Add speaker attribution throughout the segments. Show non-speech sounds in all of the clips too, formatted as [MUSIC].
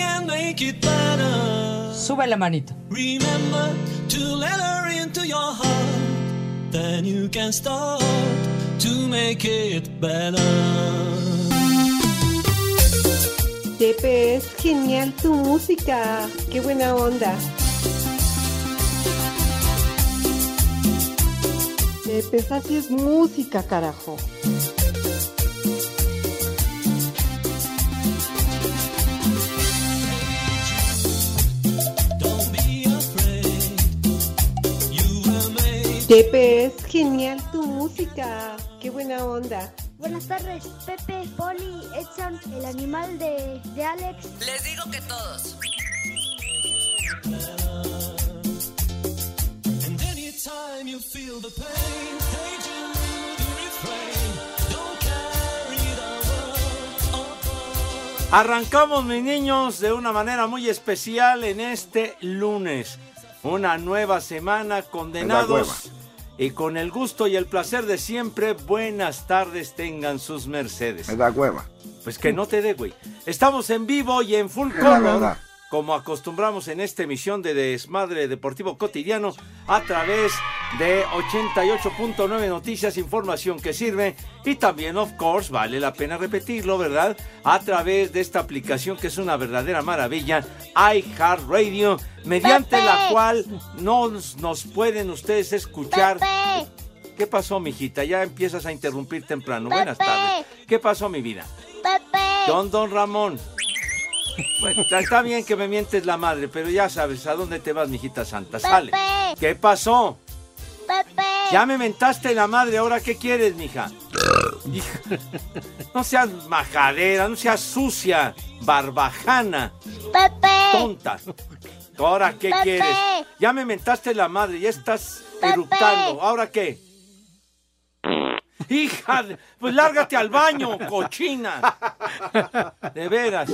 Speaker 1: and make it better.
Speaker 2: Sube la manito.
Speaker 1: Remember to let her into your heart. Then you can start to make it better.
Speaker 3: Pepe, es genial tu música. Qué buena onda. Pepe, así es música, carajo.
Speaker 1: Don't be afraid. You were made.
Speaker 3: Pepe, es genial tu música. Qué buena onda.
Speaker 4: Buenas tardes, Pepe, Poli, Edson, el animal de, de Alex.
Speaker 5: Les digo que todos.
Speaker 1: And anytime you feel the pain, hey Jude, you refrain. Don't carry the world above.
Speaker 6: Arrancamos, mis niños, de una manera muy especial en este lunes. Una nueva semana, condenados. Y con el gusto y el placer de siempre, buenas tardes tengan sus mercedes.
Speaker 7: Me da hueva.
Speaker 6: Pues que no te dé, güey. Estamos en vivo y en full
Speaker 7: Es la
Speaker 6: color,
Speaker 7: verdad.
Speaker 6: como acostumbramos en esta emisión de Desmadre Deportivo Cotidiano, a través de 88.9 Noticias, información que sirve. Y también, of course, vale la pena repetirlo, ¿verdad? A través de esta aplicación que es una verdadera maravilla, iHeartRadio, mediante la
Speaker 4: Pepe.
Speaker 6: cual nos, nos pueden ustedes escuchar.
Speaker 4: Pepe,
Speaker 6: ¿Qué pasó, mijita? Ya empiezas a interrumpir temprano. Buenas
Speaker 4: Pepe.
Speaker 6: tardes. ¿Qué pasó, mi vida?
Speaker 4: Pepe.
Speaker 6: Don Don Ramón. Bueno, está- está bien que me mientes la madre, pero ya sabes a dónde te vas, mijita santa. Sale.
Speaker 4: Pepe.
Speaker 6: ¿Qué pasó?
Speaker 4: Pepe.
Speaker 6: Ya me mentaste la madre, ahora qué quieres,
Speaker 4: [LAUGHS]
Speaker 6: mija. Hija, No seas majadera, no seas sucia, barbajana,
Speaker 4: Pepe.
Speaker 6: tonta. Ahora qué
Speaker 4: Pepe.
Speaker 6: quieres. Ya me mentaste la madre, ya estás eructando. ¿Ahora qué? Hija, de- pues lárgate al baño,
Speaker 4: [LAUGHS]
Speaker 6: cochina. De veras.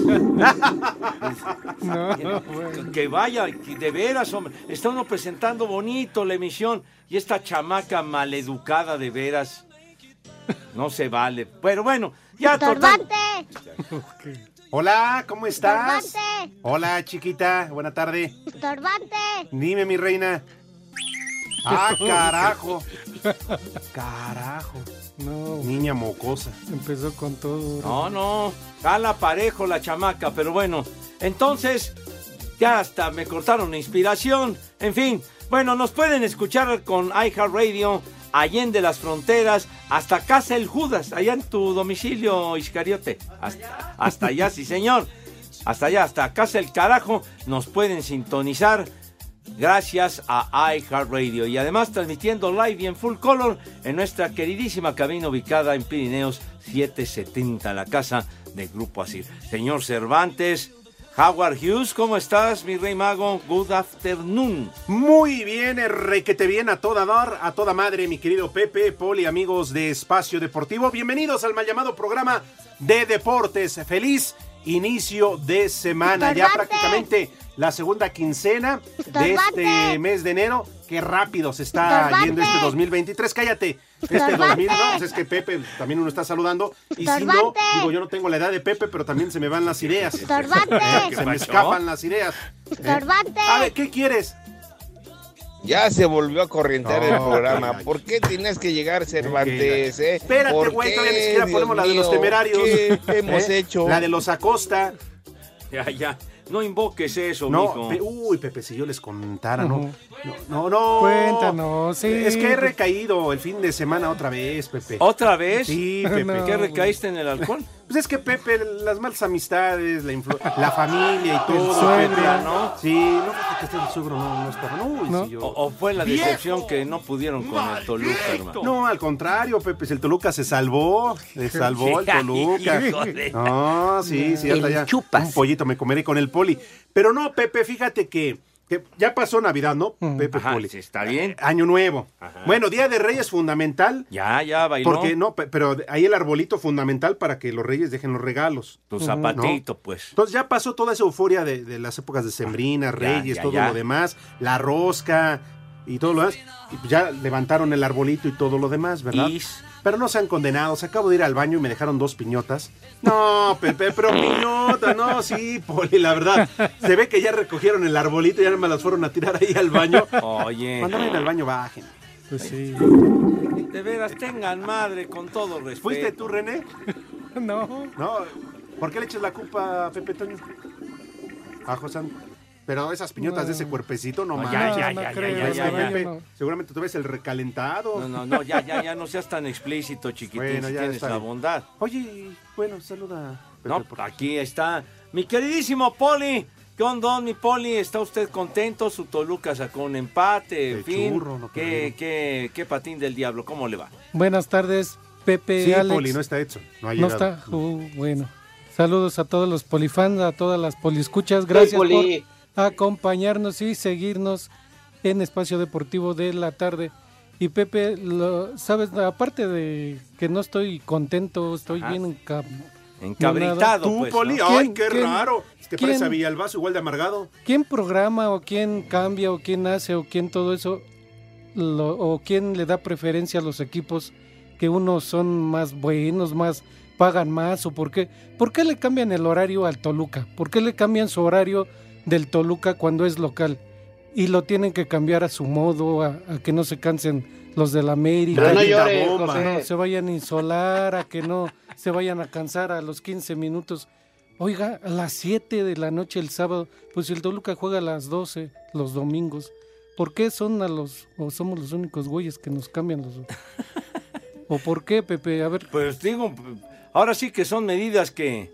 Speaker 6: Que- [LAUGHS] Que vaya, que de veras, hombre. Está uno presentando bonito la emisión y esta chamaca maleducada de veras. No se vale. Pero bueno, ya total.
Speaker 4: Estorbante.
Speaker 8: Hola, ¿cómo estás?
Speaker 4: Estorbante.
Speaker 8: Hola, chiquita, buena tarde.
Speaker 4: Estorbante.
Speaker 8: Dime, mi reina. Ah, carajo. Carajo.
Speaker 7: No,
Speaker 8: Niña mocosa.
Speaker 7: empezó con todo.
Speaker 6: No, no. Jala parejo la chamaca, pero bueno. Entonces, ya hasta me cortaron la inspiración. En fin, bueno, nos pueden escuchar con iHeartRadio, Allende las Fronteras, hasta Casa El Judas, allá en tu domicilio, Iscariote. Hasta, hasta allá, sí, señor. Hasta allá, hasta Casa El Carajo, nos pueden sintonizar. Gracias a iHeartRadio y además transmitiendo live y en full color en nuestra queridísima cabina ubicada en Pirineos 770, la casa del Grupo Asir. Señor Cervantes, Howard Hughes, ¿cómo estás, mi rey mago? Good afternoon.
Speaker 8: Muy bien, eh, requete bien a toda dar, a toda madre, mi querido Pepe, Poli, amigos de Espacio Deportivo. Bienvenidos al mal llamado programa de deportes. Feliz inicio de semana. Ya
Speaker 4: Estorbante.
Speaker 8: prácticamente la segunda quincena de este
Speaker 4: Estorbante.
Speaker 8: mes de enero. Qué rápido se está
Speaker 4: Estorbante.
Speaker 8: yendo este 2023. Cállate. Este 2000,
Speaker 4: Estorbante.
Speaker 8: no, pues es que Pepe también uno está saludando. Y si no,
Speaker 4: Estorbante.
Speaker 8: digo, yo no tengo la edad de Pepe, pero también se me van las ideas. [LAUGHS]
Speaker 4: Estorbante.
Speaker 8: Se me escapan las ideas.
Speaker 4: Estorbante.
Speaker 8: Eh, A ver, ¿qué quieres?
Speaker 9: Ya se volvió a corrientear el
Speaker 8: No,
Speaker 9: programa.
Speaker 8: caray.
Speaker 9: ¿Por qué tenías que llegar, Cervantes? eh?
Speaker 8: Espérate,
Speaker 9: ¿Por
Speaker 8: güey,
Speaker 9: qué?
Speaker 8: todavía ni siquiera
Speaker 9: Dios
Speaker 6: [LAUGHS] ¿Eh?
Speaker 8: ponemos la de los
Speaker 9: mío,
Speaker 8: temerarios.
Speaker 9: ¿Qué hemos
Speaker 8: ¿Eh?
Speaker 9: hecho?
Speaker 8: La de los Acosta.
Speaker 6: Ya, ya. No invoques eso,
Speaker 8: No,
Speaker 6: mijo.
Speaker 8: pe- uy, Pepe, si yo les contara, ¿no?
Speaker 6: Ujú.
Speaker 8: No, no, no.
Speaker 7: Cuéntanos, sí.
Speaker 8: Es que he recaído el fin de semana otra vez, Pepe.
Speaker 6: ¿Otra vez? [LAUGHS]
Speaker 8: Sí,
Speaker 6: No,
Speaker 8: Pepe.
Speaker 6: ¿Qué recaíste en el alcohol?
Speaker 8: Pues es que Pepe, las malas amistades, la, influ- la familia y todo.
Speaker 6: suegro,
Speaker 8: Pepe.
Speaker 6: ¿no?
Speaker 8: Sí, no, porque este suegro no, no estaba. No, uy, sí, yo-
Speaker 6: O, o fue la
Speaker 8: ¡Viejo!
Speaker 6: decepción que no pudieron con el Toluca, hermano?
Speaker 8: No, al contrario, Pepe, el Toluca se salvó, se salvó
Speaker 6: [LAUGHS]
Speaker 8: el Toluca.
Speaker 6: Híjole.
Speaker 8: No, sí, sí,
Speaker 6: El
Speaker 8: hasta ya. Un pollito me comeré con el Poli. Pero no, Pepe, fíjate que, que ya pasó Navidad, ¿no? Pepe
Speaker 6: Ajá,
Speaker 8: Poli.
Speaker 6: sí, está bien.
Speaker 8: Año Nuevo.
Speaker 6: Ajá.
Speaker 8: Bueno, Día de Reyes fundamental.
Speaker 6: Ya, ya bailó.
Speaker 8: Porque no, pe- pero ahí el arbolito fundamental para que los reyes dejen los regalos.
Speaker 6: Tu
Speaker 8: ¿no?
Speaker 6: zapatito, pues.
Speaker 8: Entonces ya pasó toda esa euforia de, de las épocas de Sembrina, Reyes,
Speaker 6: Ah, ya,
Speaker 8: todo
Speaker 6: ya.
Speaker 8: lo demás, la rosca y todo lo demás. Y pues ya levantaron el arbolito y todo lo demás, ¿verdad?
Speaker 6: Is.
Speaker 8: Pero no se han condenado. Se acabo de ir al baño y me dejaron dos piñotas. No, Pepe, pero piñotas, no, sí, Poli, la verdad. Se ve que ya recogieron el arbolito y ya me las fueron a tirar ahí al baño.
Speaker 6: Oye.
Speaker 8: Cuando vayan al baño, bajen.
Speaker 7: Pues sí.
Speaker 6: De veras, tengan madre con todo respeto.
Speaker 8: ¿Fuiste tú,
Speaker 6: [LAUGHS]
Speaker 8: René?
Speaker 7: No.
Speaker 8: No. ¿Por qué le echas la culpa a Pepe Toño? A José Antonio. Pero esas piñotas de ese cuerpecito, no,
Speaker 6: No,
Speaker 8: más.
Speaker 6: ya, ya, ya, ya, ya, ya, ya.
Speaker 8: Seguramente tú ves el recalentado.
Speaker 6: No, no, no, ya, ya, ya no seas tan explícito, chiquitín,
Speaker 8: Bueno,
Speaker 6: si
Speaker 8: ya
Speaker 6: tienes
Speaker 8: está
Speaker 6: la
Speaker 8: bien.
Speaker 6: bondad.
Speaker 8: [LAUGHS] Oye, bueno, saluda.
Speaker 6: No, aquí está mi queridísimo Poli. ¿Qué onda, mi Poli? ¿Está usted contento? Su Toluca sacó un empate, en
Speaker 8: Qué
Speaker 6: fin.
Speaker 8: churro, no
Speaker 6: ¿Qué,
Speaker 8: creo.
Speaker 6: qué, ¿Qué patín del diablo? ¿Cómo le va?
Speaker 7: Buenas tardes, Pepe.
Speaker 8: Sí,
Speaker 7: Alex.
Speaker 8: Poli, no está Edson. No ha
Speaker 7: No
Speaker 8: llegado.
Speaker 7: está. Oh, bueno. Saludos a todos los polifans, a todas las poliscuchas. Gracias
Speaker 10: Poli.
Speaker 7: por acompañarnos y seguirnos en Espacio Deportivo de la Tarde. Y Pepe, lo- sabes, aparte de que no estoy contento, estoy
Speaker 6: Ajá.
Speaker 7: bien encab-
Speaker 6: Encabritado,
Speaker 8: Tú,
Speaker 6: pues, ¿no?
Speaker 8: Poli,
Speaker 7: ¿Quién-
Speaker 8: ay, qué
Speaker 7: quién-
Speaker 8: raro. ¿Te
Speaker 7: quién-
Speaker 8: parece a Villalbazo igual de amargado?
Speaker 7: ¿Quién programa o quién cambia o quién hace o quién todo eso? lo- ¿O quién le da preferencia a los equipos que unos son más buenos, más pagan más? ¿O por qué? ¿Por qué le cambian el horario al Toluca? ¿Por qué le cambian su horario del Toluca cuando es local? Y lo tienen que cambiar a su modo, a, a que no se cansen los del América.
Speaker 10: Pero no
Speaker 7: que
Speaker 10: llores,
Speaker 7: no
Speaker 10: José.
Speaker 7: se vayan a insolar, a que no se vayan a cansar a los 15 minutos. Oiga, a las 7 de la noche el sábado, pues el Toluca juega a las 12 los domingos. ¿Por qué son a los, o somos los únicos güeyes que nos cambian los... ¿O por qué, Pepe? A ver,
Speaker 6: Pues digo, ahora sí que son medidas que,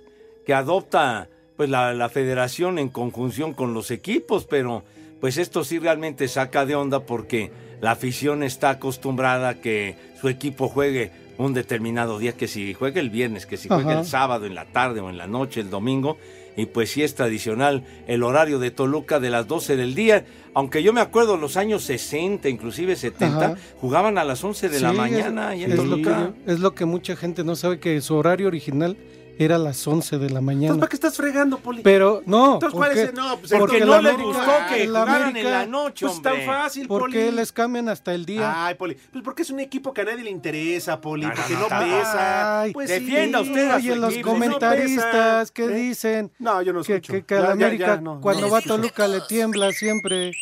Speaker 6: que adopta pues la, la federación en conjunción con los equipos, pero pues esto sí realmente saca de onda porque la afición está acostumbrada a que su equipo juegue un determinado día, que si juegue el viernes, que si juegue
Speaker 7: Ajá.
Speaker 6: el sábado, en la tarde o en la noche, el domingo, y pues sí es tradicional el horario de Toluca de las 12 del día, aunque yo me acuerdo los años 60, inclusive 70,
Speaker 7: Ajá.
Speaker 6: jugaban a las 11 de la
Speaker 7: Sí, es-
Speaker 6: mañana y en
Speaker 7: es lo, que,
Speaker 6: Toluca.
Speaker 7: yo- es lo que mucha gente no sabe, que su horario original era a las 11 de la
Speaker 8: Entonces,
Speaker 7: mañana.
Speaker 8: ¿para qué estás fregando, Poli?
Speaker 7: Pero, no,
Speaker 8: Entonces,
Speaker 7: ¿por
Speaker 8: ¿cuál
Speaker 7: qué?
Speaker 8: es el- no, pues,
Speaker 6: Porque,
Speaker 7: Porque
Speaker 6: no
Speaker 7: la
Speaker 6: les
Speaker 7: América-
Speaker 6: gustó que
Speaker 7: la
Speaker 6: jugaran en
Speaker 7: América-
Speaker 6: la noche,
Speaker 8: Pues
Speaker 6: hombre.
Speaker 8: tan fácil,
Speaker 7: ¿Por
Speaker 8: Poli.
Speaker 7: qué les cambian hasta el día?
Speaker 8: Ay, Poli. Pues porque es un equipo que a nadie le interesa, Poli.
Speaker 6: No, no,
Speaker 8: Porque
Speaker 6: no,
Speaker 8: no
Speaker 6: está-
Speaker 8: pesa.
Speaker 7: Ay,
Speaker 8: Pues sí. Pues
Speaker 6: defienda usted a su
Speaker 7: Oye, los
Speaker 6: equipo,
Speaker 7: comentaristas, ¿qué
Speaker 8: ¿Eh?
Speaker 7: dicen?
Speaker 8: No, yo no
Speaker 7: que,
Speaker 8: escucho.
Speaker 7: que- que a
Speaker 8: Ya,
Speaker 7: la
Speaker 8: ya, ya,
Speaker 7: América,
Speaker 8: no,
Speaker 7: cuando
Speaker 8: no.
Speaker 7: va Toluca le tiembla siempre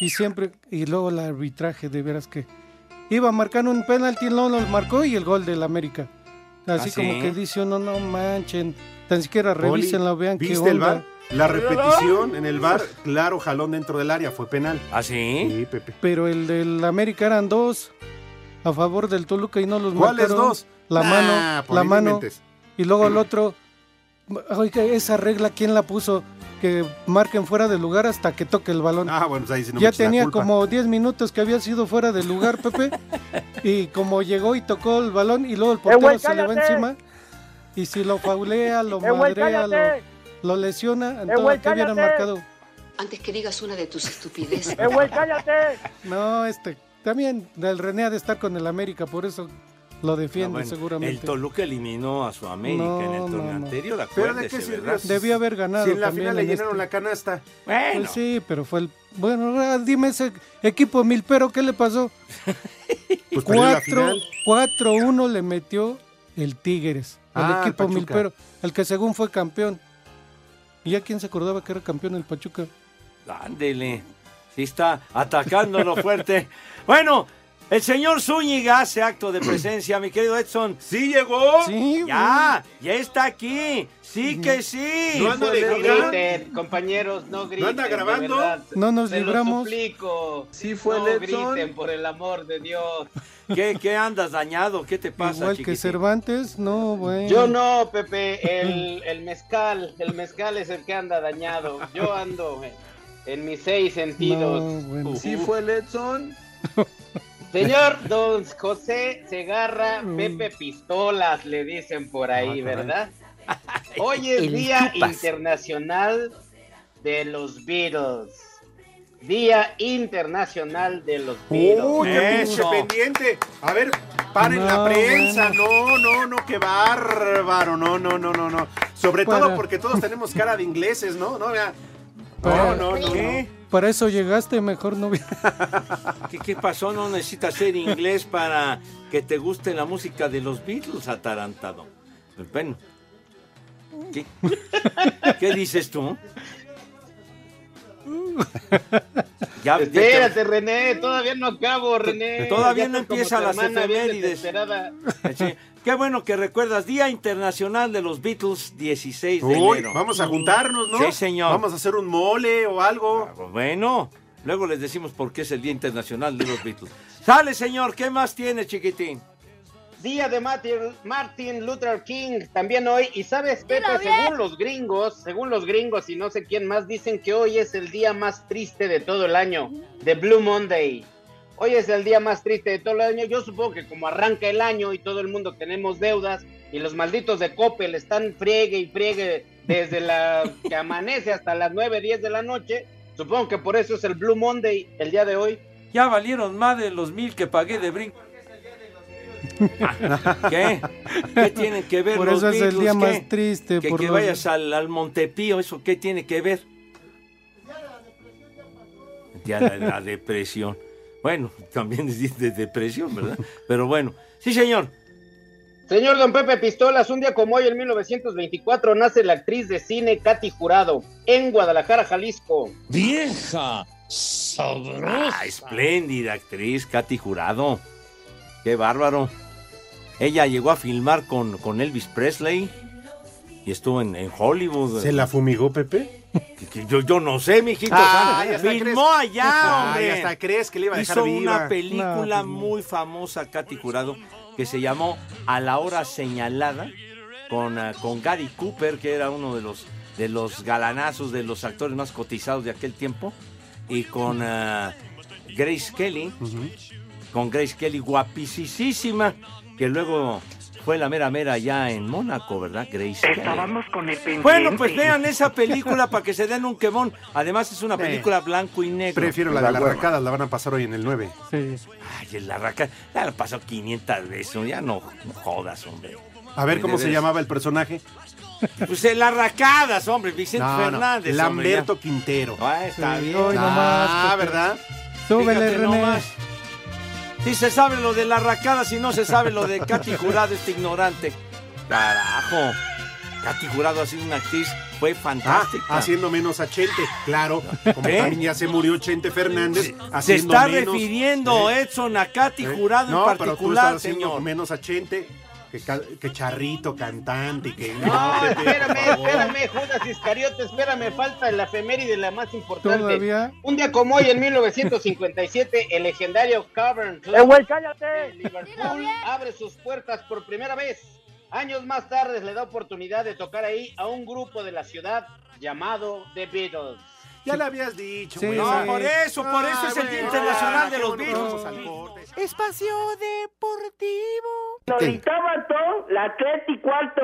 Speaker 7: y siempre. Y luego el arbitraje, de veras que iba a marcar un penalti, no lo marcó y el gol del América. Así
Speaker 6: ¿Ah,
Speaker 7: como
Speaker 6: sí?
Speaker 7: que dice uno, no manchen, tan siquiera
Speaker 8: Poli,
Speaker 7: revísenlo, vean qué
Speaker 8: ¿Viste el
Speaker 7: onda.
Speaker 8: bar? La repetición en el bar, claro, jalón dentro del área, fue penal.
Speaker 6: ¿Ah, sí?
Speaker 8: Sí, Pepe.
Speaker 7: Pero el del América eran dos a favor del Toluca y no los
Speaker 8: ¿Cuáles
Speaker 7: marcaron.
Speaker 8: dos? Ah,
Speaker 7: La
Speaker 8: Nah,
Speaker 7: mano,
Speaker 8: Poli,
Speaker 7: la
Speaker 8: no
Speaker 7: mano.
Speaker 8: inventes.
Speaker 7: Y luego
Speaker 8: Mm.
Speaker 7: el otro, oiga, esa regla, ¿quién la puso? Que marquen fuera de lugar hasta que toque el balón.
Speaker 8: Ah, bueno, pues ahí sí no me
Speaker 7: ya
Speaker 8: eches la
Speaker 7: tenía
Speaker 8: culpa.
Speaker 7: como 10 minutos que había sido fuera de lugar,
Speaker 3: [LAUGHS]
Speaker 7: Pepe. y como llegó y tocó el balón y luego el portero
Speaker 3: güey,
Speaker 7: se le va
Speaker 3: cállate!
Speaker 7: encima. Y si lo faulea, lo
Speaker 3: Eh, güey,
Speaker 7: madrea, lo,
Speaker 3: cállate.
Speaker 7: lo lesiona, entonces
Speaker 3: güey,
Speaker 7: ¿qué hubieran
Speaker 3: cállate!
Speaker 7: marcado?
Speaker 11: Antes que digas una de tus
Speaker 3: [LAUGHS]
Speaker 11: estupideces.
Speaker 3: ¡Eh, güey, cállate!
Speaker 7: No, este, también del René ha de estar con el América, por eso lo defiende
Speaker 6: Ah, bueno, El
Speaker 7: seguramente.
Speaker 6: Toluca eliminó a su América
Speaker 7: No,
Speaker 6: en el
Speaker 7: no,
Speaker 6: torneo
Speaker 7: no.
Speaker 6: anterior,
Speaker 8: Pero de qué
Speaker 6: acuérdese,
Speaker 8: sirvió
Speaker 6: ¿verdad?
Speaker 8: eso.
Speaker 7: Debió haber ganado.
Speaker 8: Si en la
Speaker 7: también
Speaker 8: final le
Speaker 7: en
Speaker 8: llenaron
Speaker 7: este.
Speaker 8: la canasta.
Speaker 6: Bueno,
Speaker 7: Pues sí, pero fue el. Bueno, ah, dime ese equipo milpero, ¿qué le pasó?
Speaker 8: Pues perdió la
Speaker 7: Cuatro-
Speaker 8: final.
Speaker 7: 4-1 le metió el Tigres,
Speaker 8: Ah,
Speaker 7: al
Speaker 8: el
Speaker 7: equipo
Speaker 8: Pachuca.
Speaker 7: milpero, al que según fue campeón. ¿Y ya quién se acordaba que era campeón el Pachuca?
Speaker 6: ándele. Sí está atacándolo fuerte. [LAUGHS] Bueno, El señor Zúñiga hace acto de presencia, mi querido Edson.
Speaker 8: ¿Sí llegó?
Speaker 6: Sí. Ya, ya está aquí. Sí que sí.
Speaker 8: ¿No anda de
Speaker 12: No
Speaker 8: gira?
Speaker 12: griten, compañeros, no griten.
Speaker 8: anda
Speaker 12: de
Speaker 8: grabando?
Speaker 12: verdad.
Speaker 7: No nos
Speaker 12: Se los
Speaker 7: libramos.
Speaker 12: suplico.
Speaker 8: Sí fue
Speaker 12: No
Speaker 8: el Edson.
Speaker 12: griten, por el amor de Dios.
Speaker 6: ¿Qué, qué andas dañado? ¿Qué te pasa,
Speaker 7: Igual que
Speaker 6: chiquitín?
Speaker 7: Cervantes, no, bueno.
Speaker 12: Yo no, Pepe, el, el mezcal, el mezcal es el que anda dañado. Yo ando en, en mis seis sentidos.
Speaker 7: No, bueno.
Speaker 8: ¿Sí fue el Edson?
Speaker 12: Señor Don José Segarra, Pepe Pistolas, le dicen por ahí, ¿verdad? Hoy es
Speaker 6: El
Speaker 12: Día
Speaker 6: Chupas.
Speaker 12: Internacional de los Beatles. Día Internacional de los Beatles.
Speaker 8: Uy, qué pinche
Speaker 6: Eso.
Speaker 8: pendiente. A ver, paren la
Speaker 7: No,
Speaker 8: prensa. No, no, no, qué bárbaro. No, no, no, no, no. Sobre todo
Speaker 7: Para-
Speaker 8: porque todos tenemos cara de ingleses, ¿no? No, vea.
Speaker 7: Para-
Speaker 8: no, no, no,
Speaker 6: ¿Qué?
Speaker 7: Para eso llegaste, mejor no hubiera- [LAUGHS]
Speaker 6: ¿Qué, qué pasó? No necesitas ser inglés para que te guste la música de los Beatles, atarantado. Pues Bueno. ¿Qué, ¿Qué dices tú? Ya, ya te-
Speaker 12: Espérate, René, todavía no acabo, René.
Speaker 6: Todavía
Speaker 12: Ya
Speaker 6: no
Speaker 12: estás como
Speaker 6: empieza
Speaker 12: tu
Speaker 6: las
Speaker 12: hermana bien
Speaker 6: efemérides.
Speaker 12: desesperada.
Speaker 6: Sí. Qué bueno que recuerdas. Día Internacional de los Beatles, 16 de
Speaker 8: Uy,
Speaker 6: enero.
Speaker 8: vamos a juntarnos, ¿no?
Speaker 6: Sí, señor.
Speaker 8: Vamos a hacer un mole o algo.
Speaker 6: Bueno, luego les decimos por qué es el Día Internacional de los Beatles. Sale, señor, ¿qué más tiene, chiquitín?
Speaker 12: Día de Martin, Martin Luther King también hoy. Y sabes, Pepe, según los gringos, según los gringos y no sé quién más, dicen que hoy es el día más triste de todo el año, de Blue Monday. Hoy es el día más triste de todo el año. Yo supongo que como arranca el año y todo el mundo tenemos deudas y los malditos de Coppel están friegue y friegue desde la que amanece hasta las 9, 10 de la noche, supongo que por eso es el Blue Monday el día de hoy.
Speaker 6: Ya valieron más de los mil que pagué de
Speaker 7: [LAUGHS]
Speaker 6: brinco. ¿Qué? ¿Qué tienen que ver
Speaker 7: Por
Speaker 6: los
Speaker 7: eso es el
Speaker 6: Beatles?
Speaker 7: día
Speaker 6: ¿Qué?
Speaker 7: más triste.
Speaker 6: Que,
Speaker 7: por
Speaker 6: que
Speaker 7: los-
Speaker 6: vayas al, al Montepío, ¿eso qué tiene que ver? Ya la, la depresión. Bueno, también [LAUGHS] es de- de depresión, ¿verdad? Pero bueno, sí, señor.
Speaker 12: Señor Don Pepe Pistolas, un día como hoy, en 1924, nace la actriz de cine Katy Jurado en Guadalajara, Jalisco.
Speaker 13: Vieja,
Speaker 6: Ah, espléndida actriz, Katy Jurado. Qué bárbaro. Ella llegó a filmar con, con Elvis Presley y estuvo en, en Hollywood.
Speaker 8: ¿Se la fumigó, Pepe?
Speaker 6: Que- que yo, yo no sé, mijito.
Speaker 8: Ah,
Speaker 6: ¿sabes?
Speaker 8: ya está,
Speaker 6: Filmó
Speaker 8: crees.
Speaker 6: allá,
Speaker 8: Ay,
Speaker 6: hombre.
Speaker 8: hasta crees que le iba a dejar
Speaker 6: Hizo
Speaker 8: viva.
Speaker 6: una película
Speaker 7: No, pues no.
Speaker 6: muy famosa, Katy Jurado, que se llamó A la hora señalada, con, ah, con Gary Cooper, que era uno de los, de los galanazos, de los actores más cotizados de aquel tiempo, y con ah, Grace Kelly, con Grace Kelly, guapicísima, que luego fue la mera mera allá en Mónaco, ¿verdad, Grace? Kelly?
Speaker 9: con el pendiente.
Speaker 6: Bueno, pues vean esa película para que se den un quemón. Además es una
Speaker 8: Sí.
Speaker 6: película blanco y negro.
Speaker 8: Prefiero la de las
Speaker 6: hueva.
Speaker 8: arracadas, la van a pasar hoy en el 9.
Speaker 7: Sí.
Speaker 6: Ay, el arraca. Ya la pasó 500 veces. Ya no, no jodas, hombre.
Speaker 8: A ver
Speaker 6: De
Speaker 8: cómo se
Speaker 6: veras.
Speaker 8: llamaba el personaje.
Speaker 6: Pues el arracadas, hombre. Vicente
Speaker 8: No, no,
Speaker 6: Fernández.
Speaker 8: Lamberto
Speaker 6: hombre,
Speaker 8: Quintero.
Speaker 6: ya. Ah, está
Speaker 7: Sí,
Speaker 6: bien.
Speaker 7: hoy nomás,
Speaker 8: ah,
Speaker 7: Pepe.
Speaker 8: ¿verdad?
Speaker 7: Súbele,
Speaker 6: Fíjate
Speaker 7: René.
Speaker 6: nomás. Si se sabe lo de la arracada, si no se sabe lo de Katy Jurado, este ignorante. Carajo. Katy Jurado ha sido una
Speaker 8: Eh,
Speaker 6: actriz, fue
Speaker 8: Ah,
Speaker 6: fantástica.
Speaker 8: haciendo menos a Chente, claro. Como
Speaker 6: ¿Eh?
Speaker 8: también ya se murió Chente Fernández,
Speaker 6: Se
Speaker 8: haciendo
Speaker 6: está
Speaker 8: menos,
Speaker 6: refiriendo
Speaker 8: ¿eh?
Speaker 6: Edson a Katy
Speaker 8: ¿eh?
Speaker 6: Jurado
Speaker 8: no, pero
Speaker 6: en
Speaker 8: tú estás
Speaker 6: particular,
Speaker 8: haciendo
Speaker 6: señor.
Speaker 8: menos a Chente que, ca- que charrito cantante y que [LAUGHS]
Speaker 12: No,
Speaker 8: Pepe, por
Speaker 12: espérame,
Speaker 8: favor.
Speaker 12: espérame, Judas Iscariote, espérame, falta la efeméride la más importante.
Speaker 7: Todavía.
Speaker 12: Un día como hoy, en 1957, el legendario Cavern Club de Liverpool abre sus puertas por primera vez. Años más tarde le da oportunidad de tocar ahí a un grupo de la ciudad llamado The Beatles.
Speaker 8: Ya lo habías dicho,
Speaker 7: Sí,
Speaker 8: güey.
Speaker 6: No,
Speaker 7: sí.
Speaker 6: por eso, por
Speaker 8: Ah,
Speaker 6: eso es el
Speaker 8: bueno,
Speaker 6: Día
Speaker 8: ah,
Speaker 6: Internacional de
Speaker 8: qué
Speaker 6: los
Speaker 8: bueno que
Speaker 6: Beatles.
Speaker 8: vamos al corte.
Speaker 9: Espacio Deportivo.
Speaker 2: la Atleti cuarto.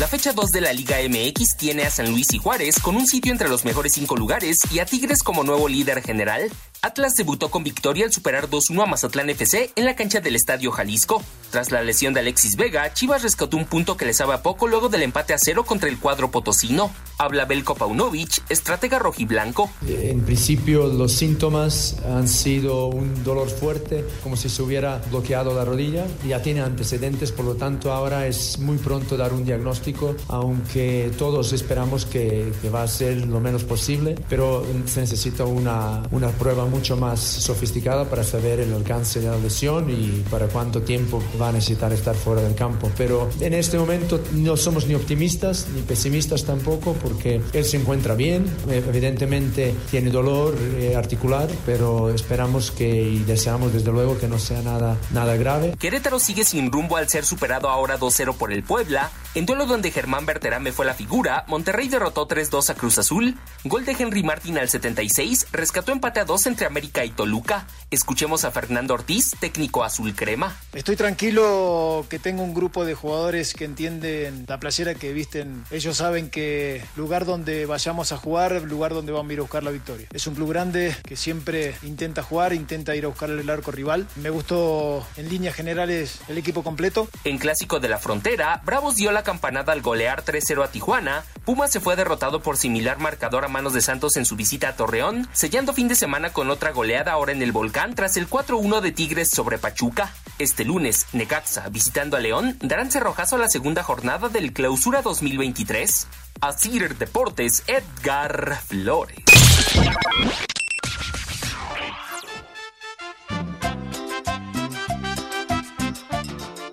Speaker 14: La fecha 2 de la Liga MX tiene a San Luis y Juárez con un sitio entre los mejores cinco lugares y a Tigres como nuevo líder general. Atlas debutó con victoria al superar 2-1 a Mazatlán FC en la cancha del Estadio Jalisco. Tras la lesión de Alexis Vega, Chivas rescató un punto que le sabe a poco luego del empate a cero contra el cuadro potosino. Habla Belko Paunovic, estratega rojiblanco.
Speaker 15: Eh, En principio los síntomas han sido un dolor fuerte, como si se hubiera bloqueado la rodilla. Ya tiene antecedentes, por lo tanto ahora es muy pronto dar un diagnóstico, aunque todos esperamos que, que va a ser lo menos posible, pero se necesita una, una prueba mucho más sofisticada para saber el alcance de la lesión y para cuánto tiempo va a necesitar estar fuera del campo. Pero en este momento no somos ni optimistas ni pesimistas tampoco porque él se encuentra bien, eh, evidentemente tiene dolor eh, articular, pero esperamos que y deseamos desde luego que no sea nada, nada grave.
Speaker 14: Querétaro sigue sin rumbo al ser superado ahora 2-0 por el Puebla, en duelo donde Germán Berterame fue la figura, Monterrey derrotó 3-2 a Cruz Azul, gol de Henry Martín al 76, rescató empate a 2 entre América y Toluca. Escuchemos a Fernando Ortiz, técnico azul crema.
Speaker 16: Estoy tranquilo que tengo un grupo de jugadores que entienden la placera que visten. Ellos saben que lugar donde vayamos a jugar, lugar donde vamos a ir a buscar la victoria. Es un club grande que siempre intenta jugar, intenta ir a buscar el arco rival. Me gustó en líneas generales el equipo completo.
Speaker 14: En Clásico de la Frontera, Bravos dio la campanada al golear 3-0 a Tijuana. Puma se fue derrotado por similar marcador a manos de Santos en su visita a Torreón, sellando fin de semana con otra goleada ahora en el Volcán tras el 4-1 de Tigres sobre Pachuca. Este lunes, Necaxa, visitando a León, darán cerrojazo a la segunda jornada del Clausura 2023. Asir Deportes, Edgar Flores.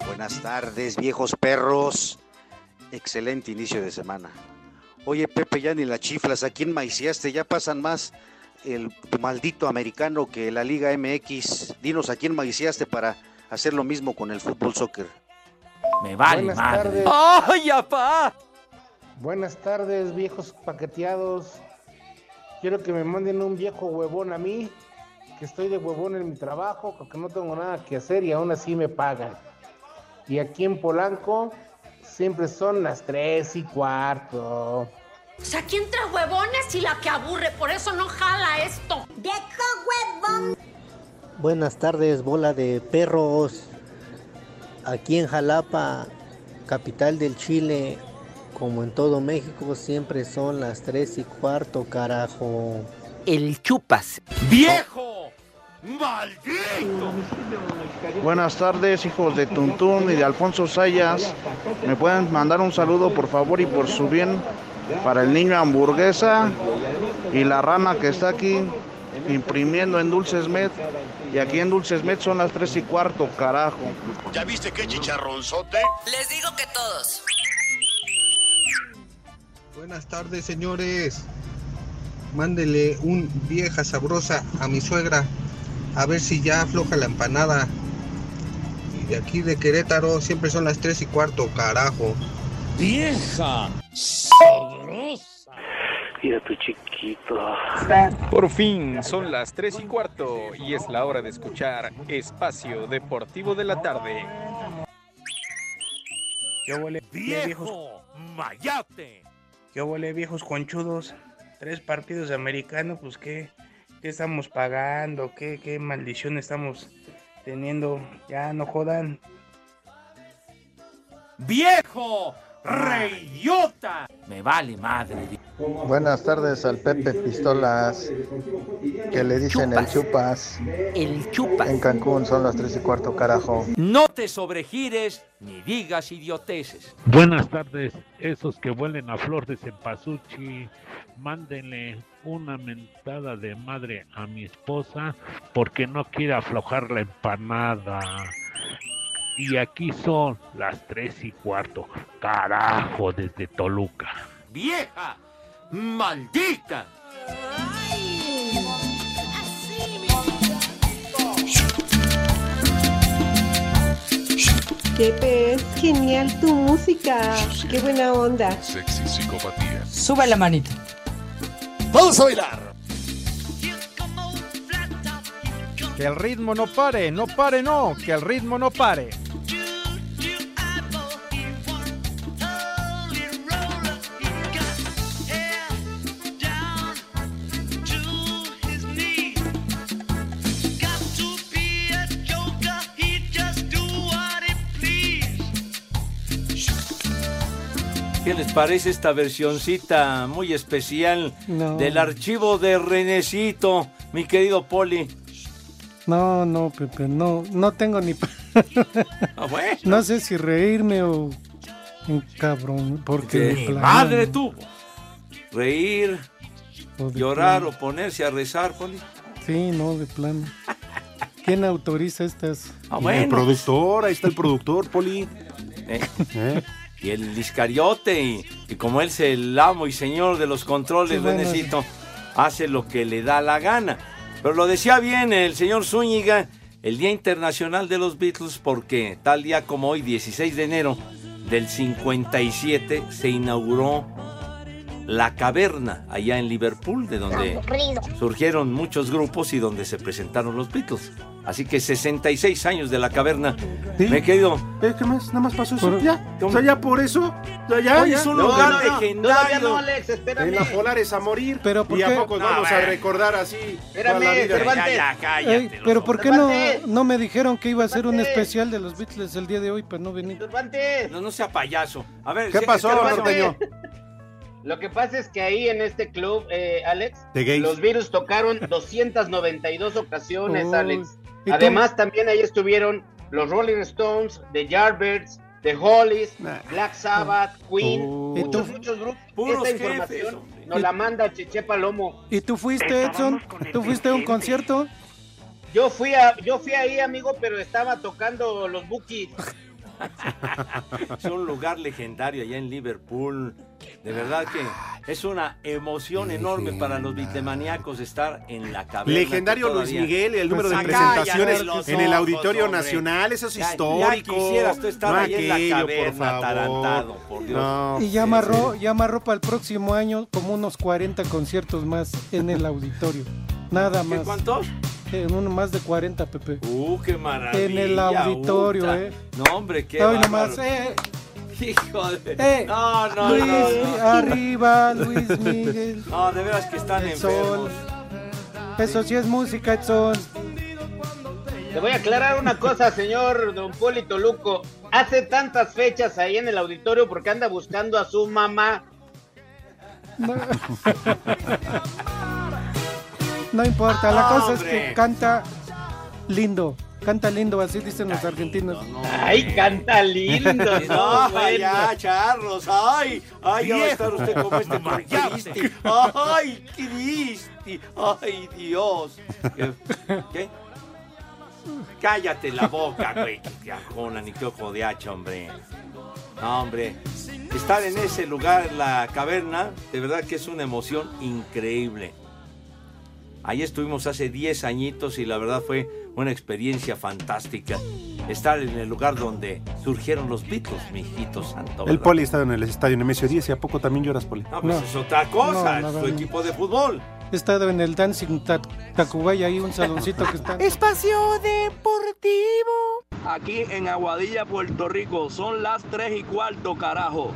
Speaker 17: Buenas tardes, viejos perros. Excelente inicio de semana. Oye, Pepe, ya ni las chiflas, aquí en Maiciaste ya pasan más el maldito americano que la Liga MX. Dinos a quién maiciaste para hacer lo mismo con el fútbol soccer.
Speaker 6: Me vale
Speaker 17: Buenas
Speaker 6: madre.
Speaker 17: tardes.
Speaker 6: ¡Ay, apá!
Speaker 18: Buenas tardes, viejos paqueteados. Quiero que me manden un viejo huevón a mí, que estoy de huevón en mi trabajo, que no tengo nada que hacer y aún así me pagan. Y aquí en Polanco siempre son las tres y cuarto.
Speaker 1: O sea, aquí entra huevones y la que aburre, por eso no jala esto. ¡Viejo huevón!
Speaker 19: Buenas tardes, bola de perros. Aquí en Jalapa, capital del Chile, como en todo México, siempre son las 3 y cuarto, carajo. El chupas.
Speaker 6: ¡Viejo! ¡Maldito!
Speaker 20: Buenas tardes, hijos de Tuntún y de Alfonso Sayas. ¿Me pueden mandar un saludo, por favor, y por su bien para el niño hamburguesa y la rana que está aquí imprimiendo en Dulces Med? Y aquí en Dulces Med son las tres y cuarto, carajo.
Speaker 21: ¿Ya viste qué chicharronzote? Les digo que todos.
Speaker 22: Buenas tardes, señores. Mándele un vieja sabrosa a mi suegra. A ver si ya afloja la empanada. Y de aquí de Querétaro siempre son las 3 y cuarto, carajo.
Speaker 6: ¡Vieja!
Speaker 23: Mira tu chiquito.
Speaker 24: Por fin son las 3 y cuarto y es la hora de escuchar Espacio Deportivo de la Tarde.
Speaker 25: ¿Qué huele, viejos? ¡Mayate! ¿Qué huele, viejos conchudos? Tres partidos americanos, pues qué, qué estamos pagando, ¿Qué, qué maldición estamos teniendo. Ya no jodan.
Speaker 6: ¡Viejo! ¡Reyota! Me vale madre.
Speaker 9: Buenas tardes al Pepe Pistolas, que le dicen el chupas.
Speaker 6: El chupas.
Speaker 9: En Cancún son las 3 y cuarto, carajo.
Speaker 6: No te sobregires ni digas idioteces.
Speaker 26: Buenas tardes, esos que huelen a flor de cempasúchil, mándenle una mentada de madre a mi esposa porque no quiere aflojar la empanada. Y aquí son las tres y cuarto. Carajo, desde Toluca.
Speaker 6: ¡Vieja! ¡Maldita!
Speaker 3: Pepe, es genial tu música. Qué buena onda.
Speaker 27: Sexy psicopatía.
Speaker 3: Sube la manita.
Speaker 2: ¡Vamos a bailar! Que el ritmo no pare, no pare, no, que el ritmo no pare.
Speaker 6: ¿Qué les parece esta versioncita muy especial
Speaker 7: No.
Speaker 6: del archivo de Renecito, mi querido Poli?
Speaker 7: No, no, Pepe, no, no tengo ni... pa-
Speaker 6: Ah,
Speaker 7: [LAUGHS] No sé si reírme o... Un cabrón, porque...
Speaker 6: De
Speaker 7: de
Speaker 6: mi
Speaker 7: plano,
Speaker 6: madre
Speaker 7: no.
Speaker 6: tú! Reír, llorar o ponerse a rezar, Poli.
Speaker 7: Sí, no, de plano. ¿Quién autoriza estas?
Speaker 8: Y
Speaker 6: Ah,
Speaker 8: El
Speaker 6: bueno.
Speaker 8: productor, ahí está el productor, Poli.
Speaker 6: [LAUGHS] Eh, Y el Iscariote, y, y como él es el amo y señor de los controles,
Speaker 7: Sí, bueno.
Speaker 6: duendecito, hace lo que le da la gana. Pero lo decía bien el señor Zúñiga, el Día Internacional de los Beatles, porque tal día como hoy, 16 de enero del 57, se inauguró la caverna allá en Liverpool, de donde surgieron muchos grupos y donde se presentaron los Beatles. Así que 66 años de la caverna. Me he querido.
Speaker 8: ¿Eh? ¿Qué más? Nada más pasó eso.
Speaker 6: Pero-
Speaker 8: Ya. O sea, ya por eso. Ya, ya.
Speaker 6: Oye,
Speaker 8: ya.
Speaker 6: es un lugar legendario.
Speaker 8: todavía no, Alex, espérame. En las polares a morir.
Speaker 7: Pero, ¿por
Speaker 8: y
Speaker 7: qué?
Speaker 8: a poco
Speaker 7: No,
Speaker 8: vamos
Speaker 7: a
Speaker 8: a
Speaker 7: ver.
Speaker 8: recordar así. toda
Speaker 7: Espérame,
Speaker 8: la vida.
Speaker 7: Cervantes.
Speaker 8: Ya, ya,
Speaker 7: Ey,
Speaker 8: cállate.
Speaker 7: pero ¿por qué no,
Speaker 8: Cervantes.
Speaker 7: no me dijeron que iba a ser un especial de los Beatles el día de hoy para no venir?
Speaker 6: No, no sea payaso. A ver,
Speaker 8: ¿Qué
Speaker 6: sí,
Speaker 8: pasó, [LAUGHS]
Speaker 6: Cervantes?
Speaker 8: norteño?
Speaker 12: Lo que pasa es que ahí en este club, eh, Alex,
Speaker 8: De gays.
Speaker 12: los virus tocaron [LAUGHS] 292 ocasiones,
Speaker 8: Uy.
Speaker 12: Alex.
Speaker 8: ¿Y tú?
Speaker 12: Además, también ahí estuvieron los Rolling Stones, The Yardbirds, The Hollies, Black Sabbath, Queen,
Speaker 7: ¿Y
Speaker 12: muchos,
Speaker 7: tú?
Speaker 12: muchos grupos. Esta
Speaker 7: Puros jefes,
Speaker 12: información
Speaker 7: hombre.
Speaker 12: nos la manda Cheche Palomo.
Speaker 7: ¿Y tú fuiste, Edson? ¿Tú fuiste a un concierto?
Speaker 12: Yo fui, a, yo fui ahí, amigo, pero estaba tocando los bookies.
Speaker 6: Es un lugar legendario allá en Liverpool. De verdad que es una emoción enorme para los bitemaniacos estar en la caverna.
Speaker 8: Legendario
Speaker 6: que
Speaker 8: Luis
Speaker 6: todavía-
Speaker 8: Miguel, el número de
Speaker 6: Ah,
Speaker 8: presentaciones
Speaker 6: cállate los
Speaker 8: en el
Speaker 6: ojos,
Speaker 8: Auditorio
Speaker 6: hombre.
Speaker 8: Nacional, eso es
Speaker 6: Ya-
Speaker 8: histórico.
Speaker 6: Ya quisieras tú estar
Speaker 8: No
Speaker 6: ahí en
Speaker 8: aquello,
Speaker 6: la
Speaker 8: por
Speaker 6: caverna,
Speaker 8: favor.
Speaker 6: atarantado, por Dios.
Speaker 8: No.
Speaker 7: Y ya amarró, ya amarró para el próximo año como unos 40 conciertos más en el auditorio. Nada
Speaker 6: ¿Qué,
Speaker 7: más.
Speaker 6: ¿Cuántos?
Speaker 7: Eh, uno más de 40, Pepe.
Speaker 6: Uh, qué maravilla.
Speaker 7: En el auditorio,
Speaker 6: uta.
Speaker 7: ¿eh?
Speaker 6: No, hombre, qué
Speaker 7: Ay,
Speaker 6: bárbaro.
Speaker 7: nomás, eh,
Speaker 6: Hijo de...
Speaker 7: eh,
Speaker 6: no, no,
Speaker 7: Luis,
Speaker 6: no, no.
Speaker 7: arriba, Luis Miguel.
Speaker 6: No, de veras que están
Speaker 7: El sol.
Speaker 6: enfermos.
Speaker 7: Eso sí es
Speaker 6: [LAUGHS]
Speaker 7: música, Edson.
Speaker 12: Le voy a aclarar una cosa, señor Don Poli Toluco. Hace tantas fechas ahí en el auditorio porque anda buscando a su mamá.
Speaker 7: No, no importa, la cosa es
Speaker 12: Hombre.
Speaker 7: que canta lindo. Canta lindo, así dicen los argentinos.
Speaker 12: Ay, canta
Speaker 6: [LAUGHS]
Speaker 12: lindo.
Speaker 6: No,
Speaker 12: No, bueno.
Speaker 6: Ah, ya, charros. Ay, ay, ya va a estar usted como este con Cristi. Ay, Cristi. Ay, Dios. ¿Qué? ¿Qué? Cállate la boca, güey. Que te ajona, ni que ojo de hacha, hombre. No, hombre. Estar en ese lugar, la caverna, de verdad que es una emoción increíble. Ahí estuvimos hace 10 añitos y la verdad fue una experiencia fantástica. Estar en el lugar donde surgieron los Beatles, mijito santo.
Speaker 8: El
Speaker 6: ¿verdad?
Speaker 8: Poli estaba en el estadio Nemesio 10 y a poco también lloras, Poli.
Speaker 6: No, pues es otra cosa,
Speaker 7: No,
Speaker 6: es
Speaker 7: no,
Speaker 6: tu
Speaker 7: no.
Speaker 6: equipo de fútbol.
Speaker 7: He estado en el Dancing Ta- Tacubaya, ahí un saloncito que está.
Speaker 28: Espacio Deportivo.
Speaker 2: Aquí en Aguadilla, Puerto Rico, son las 3 y cuarto, carajo.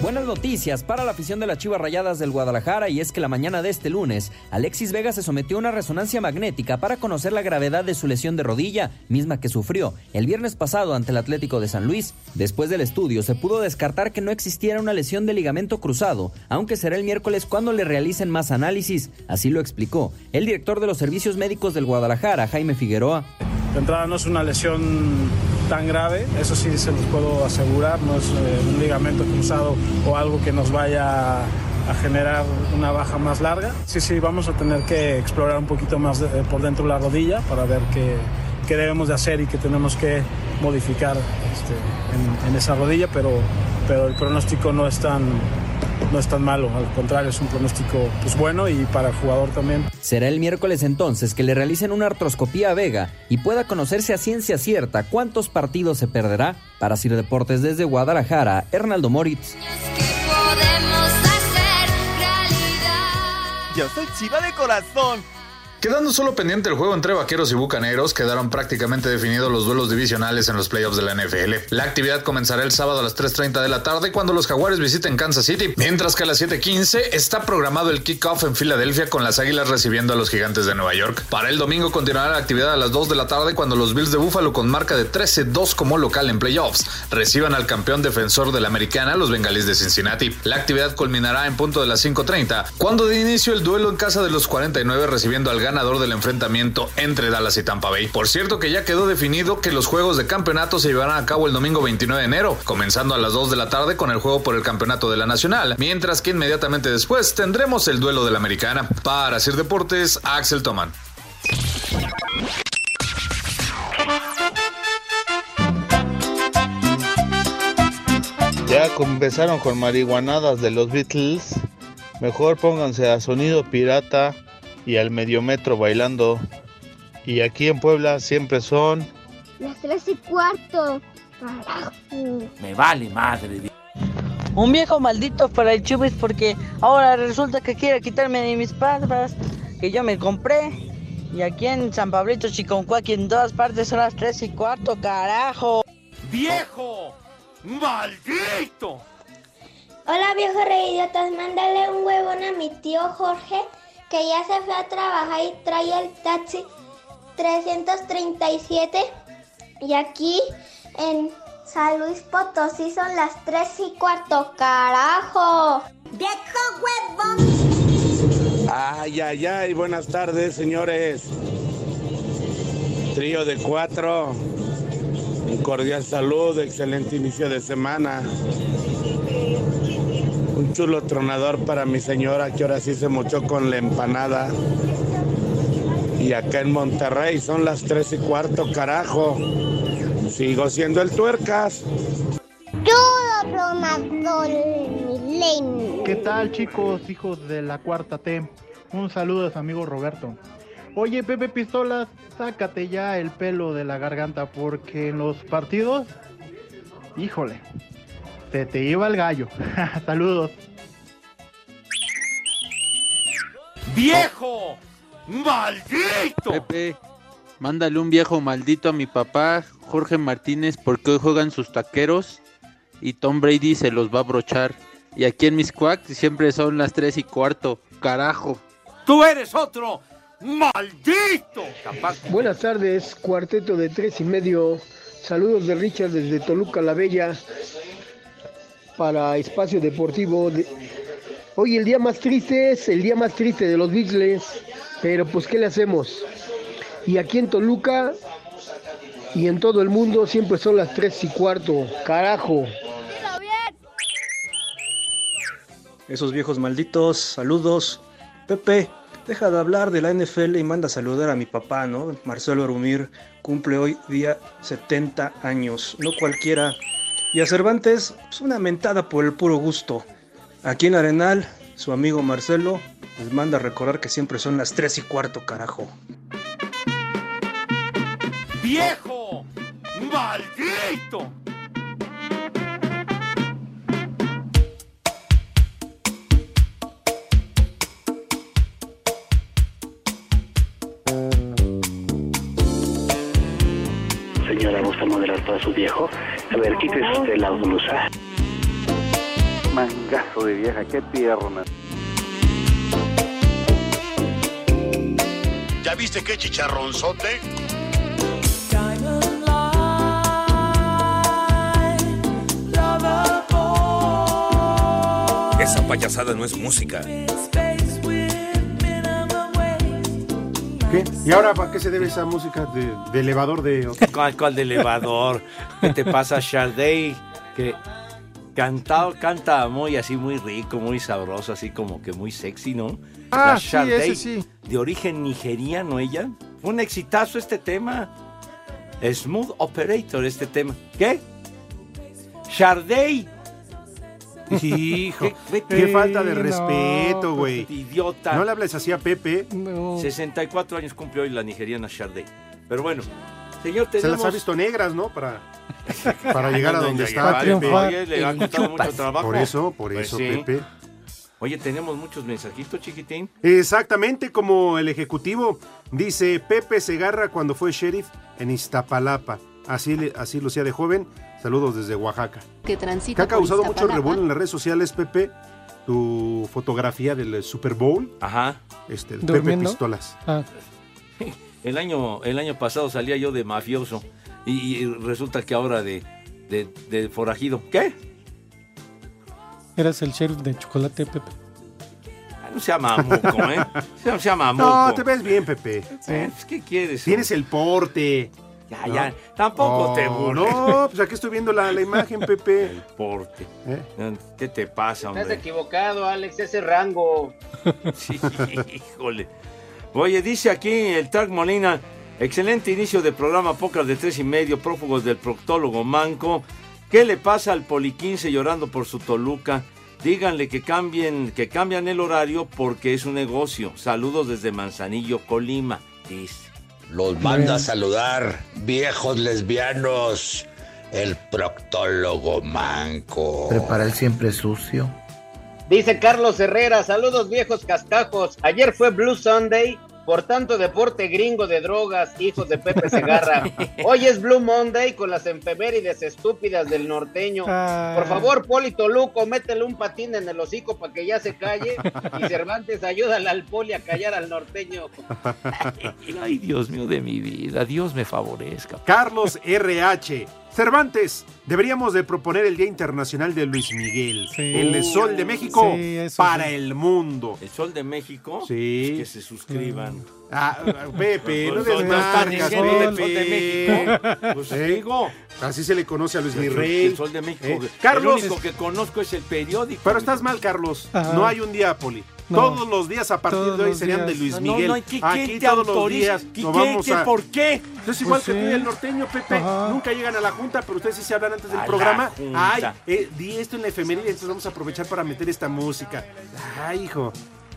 Speaker 10: Buenas noticias para la afición de las Chivas Rayadas del Guadalajara y es que la mañana de este lunes, Alexis Vega se sometió a una resonancia magnética para conocer la gravedad de su lesión de rodilla, misma que sufrió el viernes pasado ante el Atlético de San Luis. Después del estudio se pudo descartar que no existiera una lesión de ligamento cruzado, aunque será el miércoles cuando le realicen más análisis, así lo explicó el director de los servicios médicos del Guadalajara, Jaime Figueroa.
Speaker 29: De entrada no es una lesión tan grave, eso sí se los puedo asegurar, no es eh, un ligamento cruzado o algo que nos vaya a generar una baja más larga. Sí, sí, vamos a tener que explorar un poquito más de- por dentro la rodilla para ver qué, qué debemos de hacer y qué tenemos que modificar este, en, en esa rodilla, pero, pero el pronóstico no es, tan, no es tan malo, al contrario, es un pronóstico pues, bueno y para el jugador también.
Speaker 10: Será el miércoles entonces que le realicen una artroscopía a Vega y pueda conocerse a ciencia cierta cuántos partidos se perderá. Para Sir Deportes desde Guadalajara, Hernaldo Moritz.
Speaker 30: Yo soy chiva de corazón.
Speaker 31: Quedando solo pendiente el juego entre Vaqueros y Bucaneros, quedaron prácticamente definidos los duelos divisionales en los playoffs de la NFL. La actividad comenzará el sábado a las 3.30 de la tarde cuando los Jaguares visiten Kansas City, mientras que a las 7.15 está programado el kickoff en Filadelfia con las Águilas recibiendo a los Gigantes de Nueva York. Para el domingo continuará la actividad a las 2 de la tarde cuando los Bills de Buffalo con marca de 13-2 como local en playoffs reciban al campeón defensor de la Americana, los Bengalíes de Cincinnati. La actividad culminará en punto de las 5.30 cuando de inicio el duelo en casa de los 49 recibiendo al ganador del enfrentamiento entre Dallas y Tampa Bay. Por cierto que ya quedó definido que los juegos de campeonato se llevarán a cabo el domingo 29 de enero, comenzando a las 2 de la tarde con el juego por el campeonato de la Nacional, mientras que inmediatamente después tendremos el duelo de la Americana. Para Sir Deportes, Axel Toman.
Speaker 9: Ya comenzaron con marihuanadas de los Beatles. Mejor pónganse a sonido pirata y al mediometro bailando. Y aquí en Puebla siempre son.
Speaker 32: Las tres y cuarto. Carajo.
Speaker 6: Me vale madre. di-
Speaker 2: Un viejo maldito para el Chubis porque ahora resulta que quiere quitarme de mis palabras que yo me compré. Y aquí en San Pablito, Chiconcuaqui, en todas partes son las 3 y cuarto, carajo.
Speaker 6: ¡Viejo! ¡Maldito!
Speaker 4: Hola viejo rey idiotas, mándale un huevón a mi tío Jorge que ya se fue a trabajar y trae el taxi 337 y aquí en San Luis Potosí son las 3 y cuarto, carajo. Viejo huevón.
Speaker 33: Ay, ay, ay, buenas tardes, señores. Trío de cuatro. Un cordial saludo, excelente inicio de semana.
Speaker 19: Oh.
Speaker 33: Un chulo tronador para mi señora que ahora sí se mochó con la empanada. Y acá en Monterrey son las tres y cuarto, carajo. Sigo siendo el tuercas.
Speaker 4: Todo bromador milenio.
Speaker 14: ¿Qué tal chicos, hijos de la cuarta T? Un saludo a su amigo Roberto. Oye Pepe Pistolas, sácate ya el pelo de la garganta porque en los partidos, híjole, se te iba el gallo. [LAUGHS] Saludos.
Speaker 6: ¡Viejo! ¡Maldito!
Speaker 15: Pepe, mándale un viejo maldito a mi papá, Jorge Martínez, porque hoy juegan sus taqueros y Tom Brady se los va a brochar. Y aquí en mis cuac siempre son las 3 y cuarto, carajo.
Speaker 6: ¡Tú eres otro! ¡Maldito! Capaz.
Speaker 16: Buenas tardes, cuarteto de tres y medio. Saludos de Richard desde Toluca la Bella para Espacio Deportivo. de- Hoy el día más triste es el día más triste de los Beatles, pero pues ¿qué le hacemos? Y aquí en Toluca y en todo el mundo siempre son las tres y cuarto. Carajo.
Speaker 17: Esos viejos malditos, saludos. Pepe, deja de hablar de la NFL y manda a saludar a mi papá, ¿no? Marcelo Arumir cumple hoy día 70 años, no cualquiera. Y a Cervantes, pues una mentada por el puro gusto. Aquí en Arenal, su amigo Marcelo les manda a recordar que siempre son las 3 y cuarto, carajo.
Speaker 6: ¡Viejo! ¡Maldito!
Speaker 23: Señora, ¿gusta moderar para su viejo? A ver, quítese usted la blusa.
Speaker 18: Mangazo de vieja, qué pierna.
Speaker 21: ¿Ya viste qué chicharronzote?
Speaker 7: Esa payasada no es música.
Speaker 8: ¿Qué? ¿Y ahora para qué se debe esa música de, de elevador de...
Speaker 6: ¿Cuál, cuál de elevador? ¿Qué te pasa, Sharday? Que canta, canta muy así, muy rico, muy sabroso, así como que muy sexy, ¿no?
Speaker 2: Ah,
Speaker 6: La
Speaker 2: sí,
Speaker 6: Sharday,
Speaker 2: ese sí.
Speaker 6: De origen nigeriano, ella. Fue un exitazo este tema. Smooth Operator, este tema. ¿Qué? Sharday.
Speaker 8: Hijo,
Speaker 6: [LAUGHS]
Speaker 8: qué,
Speaker 6: qué- qué-
Speaker 8: falta de
Speaker 6: no, pues, este
Speaker 8: respeto, güey.
Speaker 6: idiota.
Speaker 8: No le hables así a Pepe.
Speaker 6: 64 años cumple hoy la nigeriana Sharday. Pero bueno, [LAUGHS] señor,
Speaker 8: Se
Speaker 6: tenemos...
Speaker 8: las ha visto negras, ¿no? Para, para llegar a
Speaker 6: No,
Speaker 8: donde
Speaker 6: ya
Speaker 8: está
Speaker 6: llegaron,
Speaker 8: Pepe.
Speaker 6: oye, le ha costado mucho trabajo.
Speaker 8: Por eso, por
Speaker 6: Pues
Speaker 8: eso,
Speaker 6: sí.
Speaker 8: Pepe.
Speaker 6: Oye, tenemos muchos mensajitos, chiquitín.
Speaker 8: Exactamente como el ejecutivo dice Pepe Segarra cuando fue sheriff en Iztapalapa. Así, le- así lucía de joven. Saludos desde Oaxaca.
Speaker 1: que
Speaker 8: Que
Speaker 1: transita
Speaker 8: ha causado
Speaker 1: por
Speaker 8: mucho
Speaker 1: Iztapalapa.
Speaker 8: revuelo en las redes sociales, Pepe. Tu fotografía del Super Bowl.
Speaker 6: Ajá.
Speaker 8: Este, de Pepe
Speaker 6: ¿Durmiendo?
Speaker 8: Pistolas.
Speaker 6: El año, el año pasado salía yo de mafioso y, y resulta que ahora de, de, de forajido. ¿Qué?
Speaker 7: Eras el sheriff de chocolate, Pepe.
Speaker 6: Ah, No sea
Speaker 8: [LAUGHS]
Speaker 6: mamuco, ¿eh? No sea mamuco.
Speaker 8: No, te ves bien, Pepe.
Speaker 6: Eh, pues, ¿Qué quieres?
Speaker 8: Tienes el porte.
Speaker 6: Ya, ya. Tampoco
Speaker 8: Oh,
Speaker 6: te burles.
Speaker 8: No, pues aquí estoy viendo la, la imagen,
Speaker 6: [LAUGHS]
Speaker 8: Pepe. Eh.
Speaker 6: Porte. ¿Qué te pasa,
Speaker 12: Estás
Speaker 6: hombre?
Speaker 12: equivocado, Alex, ese rango.
Speaker 6: Sí, híjole. Oye, dice aquí el Tark Molina, excelente inicio de programa Pocas de tres y medio, prófugos del proctólogo Manco. ¿Qué le pasa al Poli 15 llorando por su Toluca? Díganle que cambien, que cambian el horario porque es un negocio. Saludos desde Manzanillo, Colima. Dice.
Speaker 3: Los manda a saludar, viejos lesbianos, el proctólogo manco.
Speaker 9: [LAUGHS]
Speaker 1: Prepara el siempre sucio.
Speaker 12: Dice Carlos Herrera, saludos viejos cascajos. Ayer fue Blue Sunday, por tanto deporte gringo de drogas, hijos de Pepe Segarra. Hoy es Blue Monday con las efemérides estúpidas del norteño.
Speaker 7: Ah.
Speaker 12: Por favor, Poli Toluco, métele un patín en el hocico para que ya se calle. Y Cervantes, ayúdale al Poli a callar al norteño.
Speaker 6: Ay, Dios mío de mi vida, Dios me favorezca.
Speaker 8: Carlos RH. Cervantes, deberíamos de proponer el Día Internacional de Luis Miguel, el Sol de México
Speaker 6: Sí, eso
Speaker 8: para
Speaker 6: sí.
Speaker 8: el mundo.
Speaker 6: ¿El Sol de México?
Speaker 8: Sí.
Speaker 6: Pues que se suscriban.
Speaker 8: Ah, [LAUGHS] Pepe, no
Speaker 6: Pues, no están
Speaker 8: desmarcas,
Speaker 6: diciendo del Sol
Speaker 8: Pepe.
Speaker 6: de México. Pues,
Speaker 8: ¿Eh?
Speaker 6: digo.
Speaker 8: Así se le conoce a Luis
Speaker 6: El,
Speaker 8: Mirrey.
Speaker 6: el Sol de México.
Speaker 8: ¿Eh?
Speaker 6: Carlos.
Speaker 8: Carlos,
Speaker 6: El único que conozco es el periódico.
Speaker 8: pero estás mal, Carlos.
Speaker 6: Ajá.
Speaker 8: No hay un día, Poli.
Speaker 6: No.
Speaker 8: Todos los días a partir
Speaker 6: Todos
Speaker 8: de hoy
Speaker 6: los
Speaker 8: serían de
Speaker 6: días.
Speaker 8: Luis
Speaker 6: No,
Speaker 8: Miguel.
Speaker 6: no, ¿y qué- qué
Speaker 8: Aquí
Speaker 6: te
Speaker 8: todos los
Speaker 6: autoriza?
Speaker 8: días.
Speaker 6: ¿Qué-
Speaker 8: nos
Speaker 6: qué-
Speaker 8: vamos
Speaker 6: qué-
Speaker 8: a-
Speaker 6: por qué?
Speaker 8: Entonces, igual
Speaker 6: Pues
Speaker 8: que tú y
Speaker 6: sí.
Speaker 8: el norteño, Pepe, nunca llegan a la junta, pero ustedes sí se hablan antes del
Speaker 6: A la
Speaker 8: programa.
Speaker 6: junta.
Speaker 8: Ay, eh, di esto en la efeméride, entonces vamos a aprovechar para meter esta música. Ay, hijo.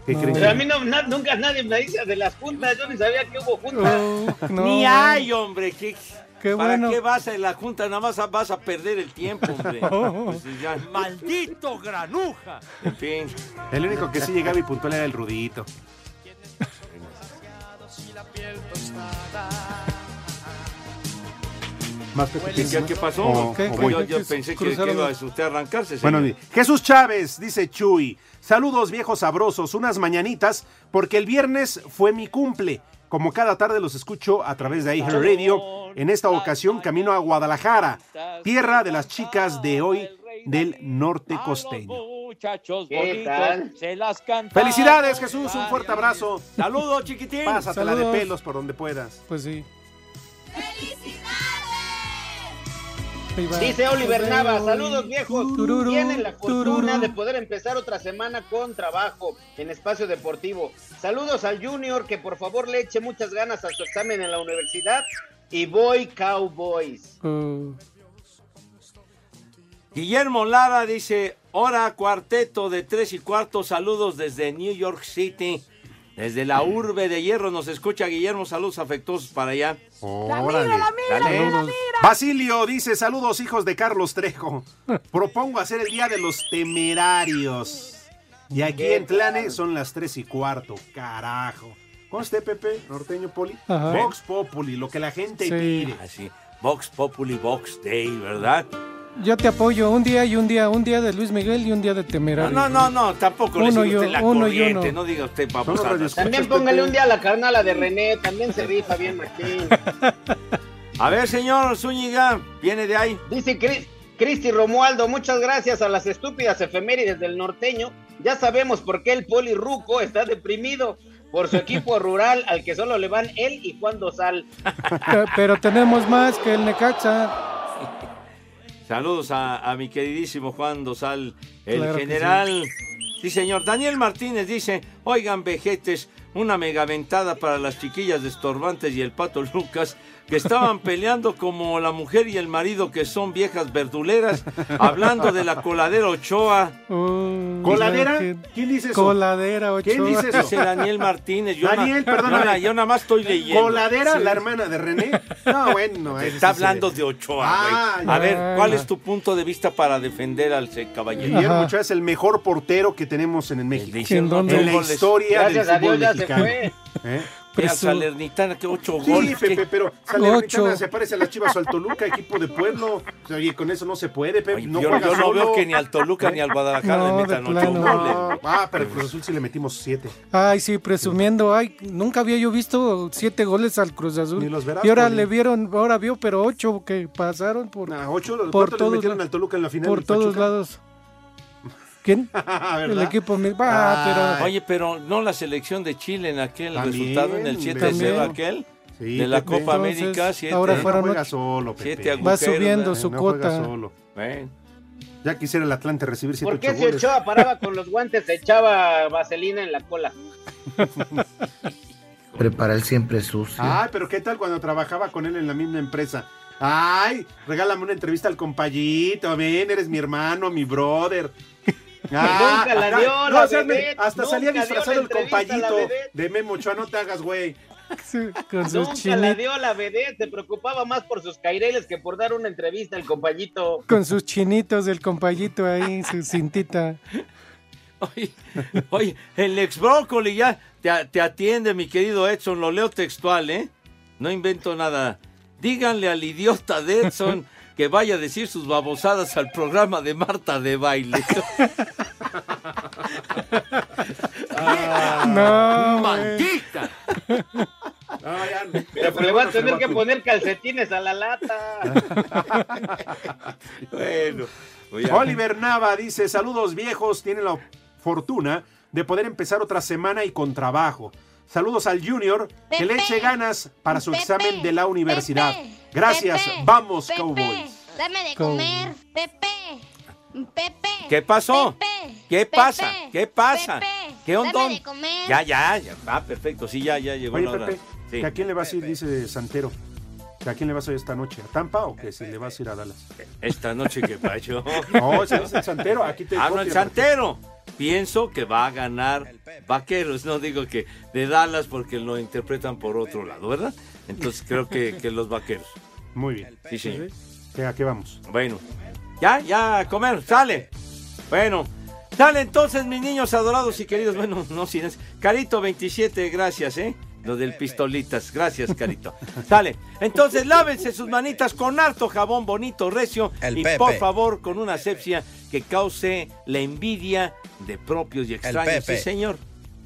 Speaker 8: ¿Qué creen
Speaker 12: Pero a
Speaker 8: que-
Speaker 12: mí no- na- nunca nadie me dice de las juntas, yo ni sabía que hubo juntas.
Speaker 6: Ni hay, hombre. ¿Qué,
Speaker 12: Qué
Speaker 6: ¿Para
Speaker 12: bueno.
Speaker 6: qué vas a la junta? Nada más vas a perder el tiempo, [LAUGHS] hombre. Pues, ya. Maldito granuja. En fin.
Speaker 8: El único que sí llegaba y puntual era el Rudito. Más
Speaker 6: ¿Qué, qué- qué pasó?
Speaker 8: O- o voy.
Speaker 6: yo, yo pensé que, que iba a usted a arrancarse.
Speaker 8: Bueno,
Speaker 6: señor.
Speaker 8: di- Jesús Chávez, dice Chuy. Saludos viejos sabrosos, unas mañanitas, porque el viernes fue mi cumple. Como cada tarde los escucho a través de iHeartRadio, en esta ocasión camino a Guadalajara, tierra de las chicas de hoy del norte costeño.
Speaker 6: muchachos
Speaker 12: ¿Qué
Speaker 6: bonitos,
Speaker 12: tal?
Speaker 6: se las canta.
Speaker 8: Felicidades Jesús, un fuerte abrazo.
Speaker 6: [LAUGHS] Saludos, chiquitín.
Speaker 8: Pásatela
Speaker 7: Saludos.
Speaker 8: de pelos por donde puedas.
Speaker 7: Pues sí.
Speaker 12: Dice
Speaker 7: Pues,
Speaker 12: Oliver
Speaker 7: eh,
Speaker 12: Navas, saludos viejos. Tienen la fortuna de poder empezar otra semana con trabajo en espacio deportivo. Saludos al Junior, que por favor le eche muchas ganas a su examen en la universidad. Y voy Cowboys.
Speaker 6: Guillermo Lara dice, hora cuarteto de tres y cuarto, saludos desde New York City. Desde la urbe de hierro nos escucha Guillermo, saludos afectuosos para allá.
Speaker 8: Órale. Dale. Basilio dice, saludos hijos de Carlos Trejo. Propongo hacer el día de los temerarios. Y aquí en Tlane son las tres y cuarto. Carajo. Conste, Pepe, norteño poli.
Speaker 6: Ajá.
Speaker 8: Vox Populi, lo que la gente
Speaker 6: Sí.
Speaker 8: pide.
Speaker 6: Así. Vox Populi Vox Day, ¿verdad?
Speaker 7: Yo te apoyo un día y un día, un día de Luis Miguel y un día de
Speaker 6: No,
Speaker 7: Temerario.
Speaker 6: no, no, no, tampoco le
Speaker 7: Uno
Speaker 6: sigue
Speaker 7: y
Speaker 6: usted
Speaker 7: un-
Speaker 6: la
Speaker 7: uno y
Speaker 6: corriente,
Speaker 7: uno.
Speaker 6: no diga usted
Speaker 7: Solo
Speaker 6: papasadas.
Speaker 12: También
Speaker 6: este
Speaker 12: póngale un día a la carnala de René, también se rifa bien Martín.
Speaker 6: A ver, señor Zúñiga, viene de ahí.
Speaker 12: Dice Cris- Cristi Romualdo, muchas gracias a las estúpidas efemérides del norteño. Ya sabemos por qué el Poli Ruco está deprimido por su
Speaker 6: [LAUGHS]
Speaker 12: equipo rural al que solo le van él y Juan Dosal.
Speaker 7: [LAUGHS] Pe- Pero tenemos más que el Necaxa.
Speaker 6: Saludos a, a mi queridísimo Juan Dosal, el
Speaker 7: Claro que
Speaker 6: general. Sí. señor. Daniel Martínez dice, oigan, vejetes, una megaventada para las chiquillas de Estorbantes y el Pato Lucas,
Speaker 8: [LAUGHS]
Speaker 6: que estaban peleando como la mujer y el marido, que son viejas verduleras, hablando de la coladera Ochoa.
Speaker 8: ¿Coladera?
Speaker 7: Imagín-
Speaker 8: ¿Quién dice eso?
Speaker 7: Coladera, ocho.
Speaker 8: ¿Quién dice eso?
Speaker 6: Dice Daniel Martínez. Yo
Speaker 8: Daniel,
Speaker 6: na-
Speaker 8: perdóname.
Speaker 6: Yo, na- yo nada más estoy leyendo.
Speaker 8: ¿Coladera,
Speaker 6: Sí.
Speaker 8: la hermana de
Speaker 6: [LAUGHS]
Speaker 8: René? No, bueno.
Speaker 6: Te
Speaker 8: ese
Speaker 6: Está
Speaker 8: sí se
Speaker 6: hablando
Speaker 8: ve.
Speaker 6: de Ochoa,
Speaker 8: Ah,
Speaker 6: güey.
Speaker 8: ya.
Speaker 6: A ver, ¿cuál
Speaker 8: Ya.
Speaker 6: es tu punto de vista para defender al eh, caballero?
Speaker 8: Guillermo Ochoa es el mejor portero que tenemos en el México.
Speaker 6: ¿En dónde?
Speaker 8: la historia
Speaker 6: Gracias
Speaker 8: del
Speaker 6: a Dios
Speaker 8: fútbol
Speaker 6: ya se
Speaker 8: mexicano.
Speaker 6: fue.
Speaker 8: ¿Eh?
Speaker 6: Pero Salernitana, que ocho
Speaker 8: Sí,
Speaker 6: goles.
Speaker 8: Pepe,
Speaker 6: ¿qué?
Speaker 8: pero Salernitana se parece a las Chivas o al Toluca, equipo de pueblo. O sea, Oye, con eso no se puede, Pepe. no
Speaker 6: yo,
Speaker 8: juega
Speaker 6: yo no
Speaker 8: solo.
Speaker 6: veo que ni al Toluca ni al Guadalajara
Speaker 7: No,
Speaker 6: le
Speaker 7: de
Speaker 6: metan ocho
Speaker 7: plano.
Speaker 6: goles.
Speaker 8: Ah, pero al Cruz Azul sí le metimos siete.
Speaker 7: [LAUGHS] Ay, sí, presumiendo. Ay, nunca había yo visto siete goles al Cruz Azul.
Speaker 8: Ni los verás,
Speaker 7: y ahora
Speaker 8: Poli.
Speaker 7: le vieron, ahora vio, pero ocho que pasaron por,
Speaker 8: A ocho,
Speaker 7: por
Speaker 8: ¿cuánto le
Speaker 7: todos
Speaker 8: metieron [LAUGHS]
Speaker 7: la-
Speaker 8: al Toluca en la final?
Speaker 7: por
Speaker 8: del
Speaker 7: todos
Speaker 8: Pachuca?
Speaker 7: lados.
Speaker 8: [LAUGHS]
Speaker 7: ¿Quién? el equipo me va,
Speaker 6: Ah,
Speaker 7: pero
Speaker 6: Oye, pero no la selección de Chile en aquel
Speaker 7: También,
Speaker 6: resultado, en el 7-0
Speaker 7: también.
Speaker 6: aquel.
Speaker 7: Sí,
Speaker 6: de la
Speaker 7: Pepe.
Speaker 6: Copa
Speaker 7: Entonces,
Speaker 6: América, siete-
Speaker 7: ahora fueron No juega ocho.
Speaker 8: solo, Pepe.
Speaker 6: siete
Speaker 7: Va
Speaker 6: agujeros,
Speaker 7: subiendo
Speaker 6: ¿verdad?
Speaker 7: su
Speaker 8: No
Speaker 7: cuota.
Speaker 8: juega solo.
Speaker 6: Ven.
Speaker 8: Ya quisiera el Atlante recibir
Speaker 12: ¿Por
Speaker 8: 108
Speaker 12: qué si
Speaker 8: goles.
Speaker 12: Ochoa paraba con los guantes, se echaba vaselina en la cola?
Speaker 29: Prepara el siempre sucio.
Speaker 8: Ay, pero ¿qué tal cuando trabajaba con él en la misma empresa? Ay, regálame una entrevista al compayito. Ven, eres mi hermano, mi brother.
Speaker 12: [LAUGHS] Nunca la
Speaker 8: acá-
Speaker 12: dio
Speaker 8: no,
Speaker 12: la
Speaker 8: o sea,
Speaker 12: vedette,
Speaker 8: me- hasta salía
Speaker 12: nunca dio
Speaker 8: disfrazado
Speaker 12: la
Speaker 8: el
Speaker 12: entrevista a la
Speaker 8: compayito
Speaker 12: vedette.
Speaker 8: de Memo Ochoa, no te hagas, güey.
Speaker 7: con sus
Speaker 12: Nunca la
Speaker 7: chinitos.
Speaker 12: dio la vedette, se preocupaba más por sus caireles que por dar una entrevista al compañito.
Speaker 7: Con sus chinitos del compayito ahí, su cintita.
Speaker 6: Oye, el ex brócoli ya te, a- te atiende, mi querido Edson. Lo leo textual, ¿eh? No invento nada. Díganle al idiota de
Speaker 7: [LAUGHS]
Speaker 6: Edson que vaya a decir sus babosadas al programa de Marta de
Speaker 7: [LAUGHS]
Speaker 6: baile.
Speaker 8: Ah.
Speaker 7: No,
Speaker 6: ¡Maldita!
Speaker 12: Pero le va a tener que poner calcetines a la lata. [LAUGHS]
Speaker 6: Bueno.
Speaker 8: Oye, Oliver Nava dice, saludos viejos, tienen la fortuna de poder empezar otra semana y con trabajo. Saludos al Junior, que le eche ganas para su examen de la universidad. Gracias, vamos Cowboys.
Speaker 28: Dame de
Speaker 8: Con-
Speaker 28: comer, Pepe. Pepe.
Speaker 6: ¿Qué pasó? ¿Qué pasa? ¿Qué pasa? ¿Qué
Speaker 28: dame
Speaker 6: onda?
Speaker 28: de comer.
Speaker 6: Ya, ya, ya. Ah, perfecto. Sí, ya, ya llegó
Speaker 8: Oye
Speaker 6: la hora.
Speaker 8: Pepe,
Speaker 6: Sí.
Speaker 8: ¿que ¿a quién le vas a ir? Dice Santero. ¿Que ¿A quién le vas a ir esta noche? ¿A Tampa o que si le vas a ir a Dallas?
Speaker 6: Esta noche que pasó.
Speaker 8: [LAUGHS] No, ese es el Santero, aquí te
Speaker 6: [LAUGHS] Ah, no, el
Speaker 8: copian,
Speaker 6: Santero. Pienso que va a ganar Vaqueros, no digo que de Dallas porque lo interpretan por otro lado, ¿verdad? Entonces creo que, que los Vaqueros.
Speaker 8: Muy bien.
Speaker 6: Sí, señor.
Speaker 8: ¿Que ¿A qué vamos?
Speaker 6: Bueno, ya, ya, a comer, sale. Bueno, sale entonces, mis niños adorados y queridos. Bueno, no sin es- Carito 27, gracias, ¿eh? Lo del pistolitas, gracias, Carito. Sale. Entonces, lávense sus manitas con harto jabón bonito, recio.
Speaker 3: El
Speaker 6: y
Speaker 3: Pepe.
Speaker 6: por favor, con una asepsia que cause la envidia de propios y extraños.
Speaker 3: Pepe.
Speaker 6: Sí, señor.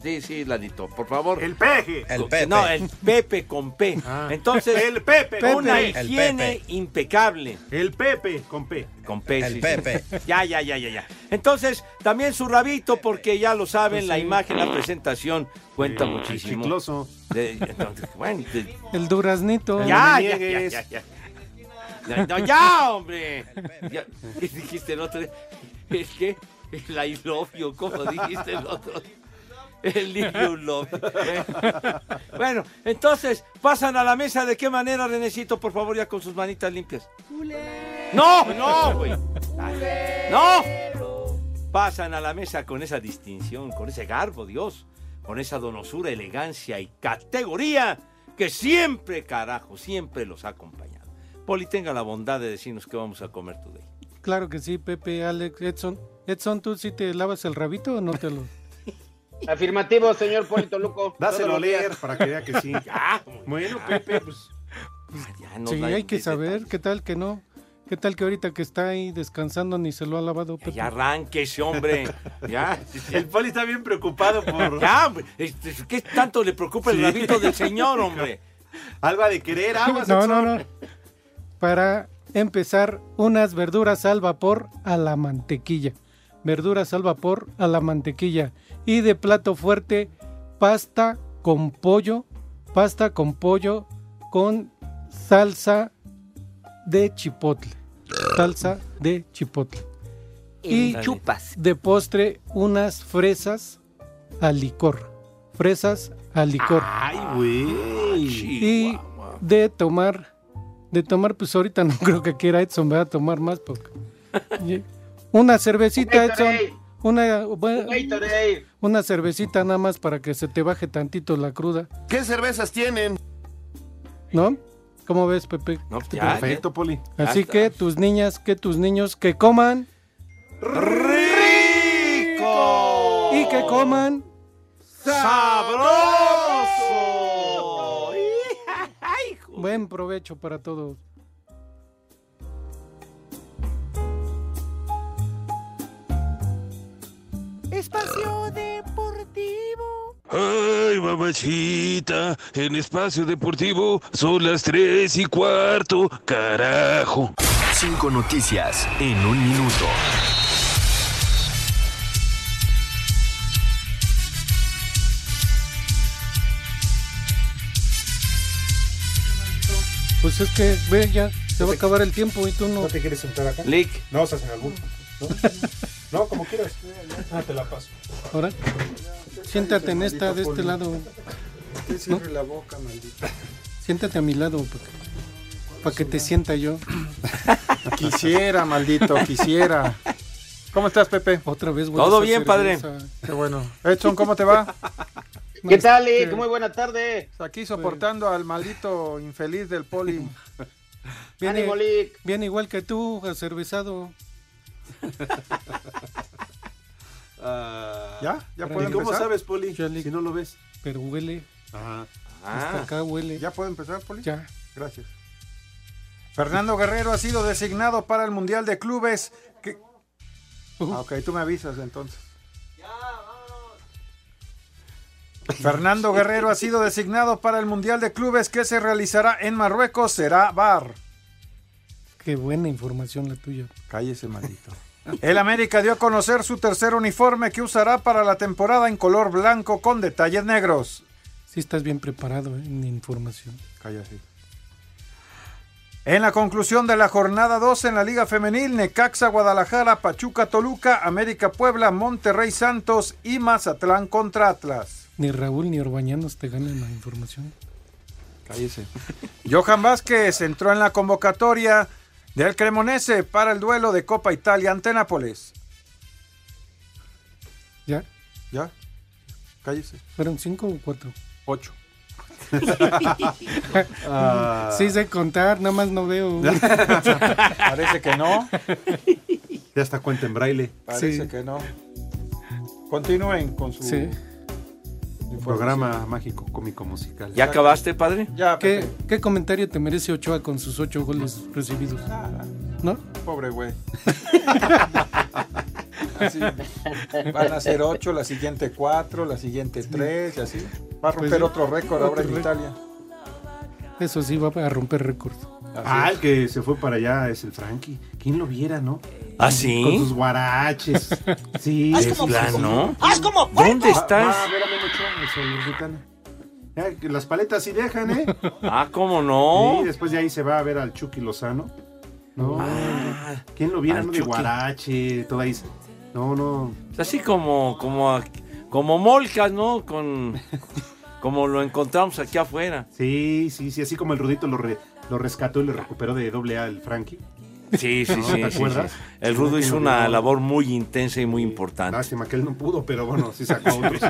Speaker 6: Sí, sí, Ladito, por favor.
Speaker 8: El peje.
Speaker 3: El Pepe. Ah.
Speaker 6: No, el Pepe con P. Entonces,
Speaker 8: El Pepe con
Speaker 6: una
Speaker 8: P. El
Speaker 6: higiene
Speaker 8: Pepe.
Speaker 6: impecable.
Speaker 8: El Pepe con P.
Speaker 6: Con P,
Speaker 8: El
Speaker 6: sí,
Speaker 8: Pepe.
Speaker 6: sí. Ya, ya, ya, ya, ya. Entonces, también su rabito, porque ya lo saben,
Speaker 8: Pues
Speaker 6: la imagen, la presentación cuenta
Speaker 8: Sí,
Speaker 6: muchísimo.
Speaker 8: chicloso.
Speaker 6: De- entonces, bueno, de-
Speaker 7: El duraznito.
Speaker 6: ya, ya, ya, ya, ya. Ya, no, ya, hombre. Ya, ¿Qué dijiste el otro día? Es que el I love you, ¿cómo dijiste el otro día? El libro love. you. Bueno, entonces, pasan a la mesa. ¿De qué manera, Renecito, por favor, ya con sus manitas limpias? ¡No, no, güey! ¡No! Pasan a la mesa con esa distinción, con ese garbo, Dios, con esa donosura, elegancia y categoría que siempre, carajo, siempre los ha acompañado. Poli, tenga la bondad de decirnos qué vamos a comer today.
Speaker 7: Claro que sí, Pepe, Alex, Edson. Edson, ¿tú sí te lavas el rabito o no te lo?
Speaker 12: Afirmativo, señor Polito Luco.
Speaker 8: [LAUGHS] Dáselo a leer para que vea que sí.
Speaker 6: [LAUGHS]
Speaker 8: Ah,
Speaker 6: Ya,
Speaker 8: bueno, Pepe, pues.
Speaker 6: ya nos
Speaker 7: sí,
Speaker 6: da-
Speaker 7: hay que
Speaker 6: de-
Speaker 7: saber, ¿qué tal que no? ¿Qué tal que ahorita que está ahí descansando ni se lo ha lavado, Pepe?
Speaker 6: Ya arranque
Speaker 8: [LAUGHS]
Speaker 6: ese hombre. Ya.
Speaker 8: El Poli está bien preocupado por.
Speaker 6: Ya, hombre. Este, ¿Qué tanto le preocupa el
Speaker 8: Sí.
Speaker 6: rabito del señor,
Speaker 8: [LAUGHS]
Speaker 6: hombre?
Speaker 8: Algo ha de querer, aguas.
Speaker 7: No,
Speaker 8: Edson.
Speaker 7: no, no. Para empezar, unas verduras al vapor a la mantequilla. Verduras al vapor a la mantequilla. Y de plato fuerte, pasta con pollo. Pasta con pollo con salsa de chipotle. Salsa de chipotle.
Speaker 1: Y chupas.
Speaker 7: De postre, unas fresas al licor. Fresas al licor.
Speaker 8: Ay, güey.
Speaker 7: Y de tomar, de tomar, pues ahorita no [LAUGHS] creo que quiera Edson, va a tomar más porque. Y Una cervecita,
Speaker 12: Un Gatorade.
Speaker 7: Edson. Una, bueno,
Speaker 12: Gatorade.
Speaker 7: una cervecita nada más para que se te baje tantito la cruda,
Speaker 19: ¿Qué cervezas tienen?
Speaker 7: ¿no? ¿Cómo ves, Pepe?
Speaker 8: ya, Este Perfecto, ya. Poli.
Speaker 7: Así
Speaker 8: Ya
Speaker 7: que tus niñas, que tus niños, que coman. ¡Rico! Y que coman.
Speaker 6: ¡Sabroso!
Speaker 7: Buen provecho para todos.
Speaker 1: Espacio Deportivo.
Speaker 20: Ay, mamachita, en espacio deportivo son las tres y cuarto, carajo.
Speaker 22: Cinco noticias en un minuto.
Speaker 7: pues es que ve ya, se va a acabar el tiempo y tú no.
Speaker 8: ¿No te quieres sentar acá?
Speaker 6: Lick.
Speaker 8: No, estás en algún. ¿No? no, como quieras. Ah, te la paso.
Speaker 7: Ahora, siéntate en esta de este lado.
Speaker 10: Te cierre la boca, maldita.
Speaker 7: Siéntate a mi lado para que te sienta yo.
Speaker 10: Quisiera, maldito, quisiera. [CLEARS THROAT] ¿Cómo estás, Pepe?
Speaker 7: Otra vez, güey.
Speaker 6: Todo bien, padre.
Speaker 7: [LAUGHS]
Speaker 10: Qué bueno. Edson, ¿cómo te va?
Speaker 12: ¿Qué tal, Lick? Muy buena tarde.
Speaker 10: pues, Aquí soportando al maldito infeliz
Speaker 7: [LAUGHS]
Speaker 10: del poli.
Speaker 12: Ánimo, Lick.
Speaker 7: Bien igual que tú, acervezado.
Speaker 10: ¿Ya? ¿Ya puedo
Speaker 8: ¿Y cómo
Speaker 10: empezar?
Speaker 8: sabes, Poli? Si no lo ves.
Speaker 7: Pero huele.
Speaker 8: Ajá. Ah.
Speaker 7: Hasta acá huele.
Speaker 10: ¿Ya puedo empezar, Poli?
Speaker 7: Ya.
Speaker 10: Gracias. Fernando Guerrero ha sido designado para el Mundial de Clubes. que- Ah, ok, tú me avisas entonces. Fernando Guerrero ha sido designado para el Mundial de Clubes que se realizará en Marruecos. Será Bar.
Speaker 7: Qué buena información la tuya.
Speaker 10: Cállese, maldito. El América dio a conocer su tercer uniforme que usará para la temporada en color blanco con detalles negros.
Speaker 7: Sí estás bien preparado ¿eh? en información.
Speaker 10: Cállate. En la conclusión de la jornada 2 en la Liga Femenil, Necaxa, Guadalajara, Pachuca, Toluca, América, Puebla, Monterrey, Santos y Mazatlán contra Atlas.
Speaker 7: [LAUGHS] Ni Raúl ni Orbañanos te ganan la información.
Speaker 10: Cállese. Johan Vázquez entró en la convocatoria del Cremonese para el duelo de Copa Italia ante Nápoles.
Speaker 7: ¿Ya?
Speaker 10: ¿Ya? Cállese.
Speaker 7: ¿Fueron cinco o cuatro?
Speaker 10: Ocho.
Speaker 7: [LAUGHS] Ah. Sí sé contar, nada más no veo.
Speaker 10: [LAUGHS] Parece que no.
Speaker 8: Ya está cuenta en braille.
Speaker 10: Parece
Speaker 7: Sí.
Speaker 10: que no. Continúen con su
Speaker 7: Sí.
Speaker 8: Programa mágico, cómico, musical.
Speaker 6: ¿Ya acabaste, padre?
Speaker 10: Ya,
Speaker 7: ¿Qué,
Speaker 10: Pepe.
Speaker 7: qué comentario te merece Ochoa con sus ocho goles recibidos? ¿No?
Speaker 10: Pobre
Speaker 30: [LAUGHS]
Speaker 10: güey. Así. Van a ser ocho, la siguiente cuatro, la siguiente tres, y así. Va a romper
Speaker 7: Pues sí.
Speaker 10: otro récord ahora
Speaker 7: Otro
Speaker 10: en
Speaker 7: récord.
Speaker 10: Italia.
Speaker 7: Eso sí va a romper récord.
Speaker 8: Ah, el que se fue para allá es el Frankie. ¿Quién lo viera, no?
Speaker 6: ¿Ah, sí?
Speaker 8: Con sus
Speaker 6: [LAUGHS]
Speaker 8: guaraches. Sí.
Speaker 6: ¿De
Speaker 8: ¡Ah, es
Speaker 6: plano?
Speaker 8: ¡Haz como
Speaker 6: ¿Dónde estás?
Speaker 8: Ah, a ver a Memo Ochoa, el sudamericano. Ya, que Las paletas sí dejan, ¿eh?
Speaker 6: Ah, ¿cómo no?
Speaker 8: Sí, después de ahí se va a ver al Chucky Lozano. No. ¿Quién lo viera,
Speaker 6: Ah. al
Speaker 8: no? De
Speaker 6: Chucky.
Speaker 8: guarache, todo ahí. No, no.
Speaker 6: Es Así como, como, a- como molcas, ¿no? Con, como lo encontramos aquí afuera.
Speaker 8: Sí, sí, sí. Así como el Rudito lo, re- lo rescató y lo recuperó de doble A el Frankie.
Speaker 6: Sí, sí,
Speaker 8: ¿No?
Speaker 6: sí.
Speaker 8: ¿Te
Speaker 6: sí,
Speaker 8: acuerdas?
Speaker 6: sí. El Rudo hizo una labor muy intensa y muy importante.
Speaker 8: Lástima que él no pudo, pero bueno, sí
Speaker 6: [LAUGHS]
Speaker 8: sacó otros.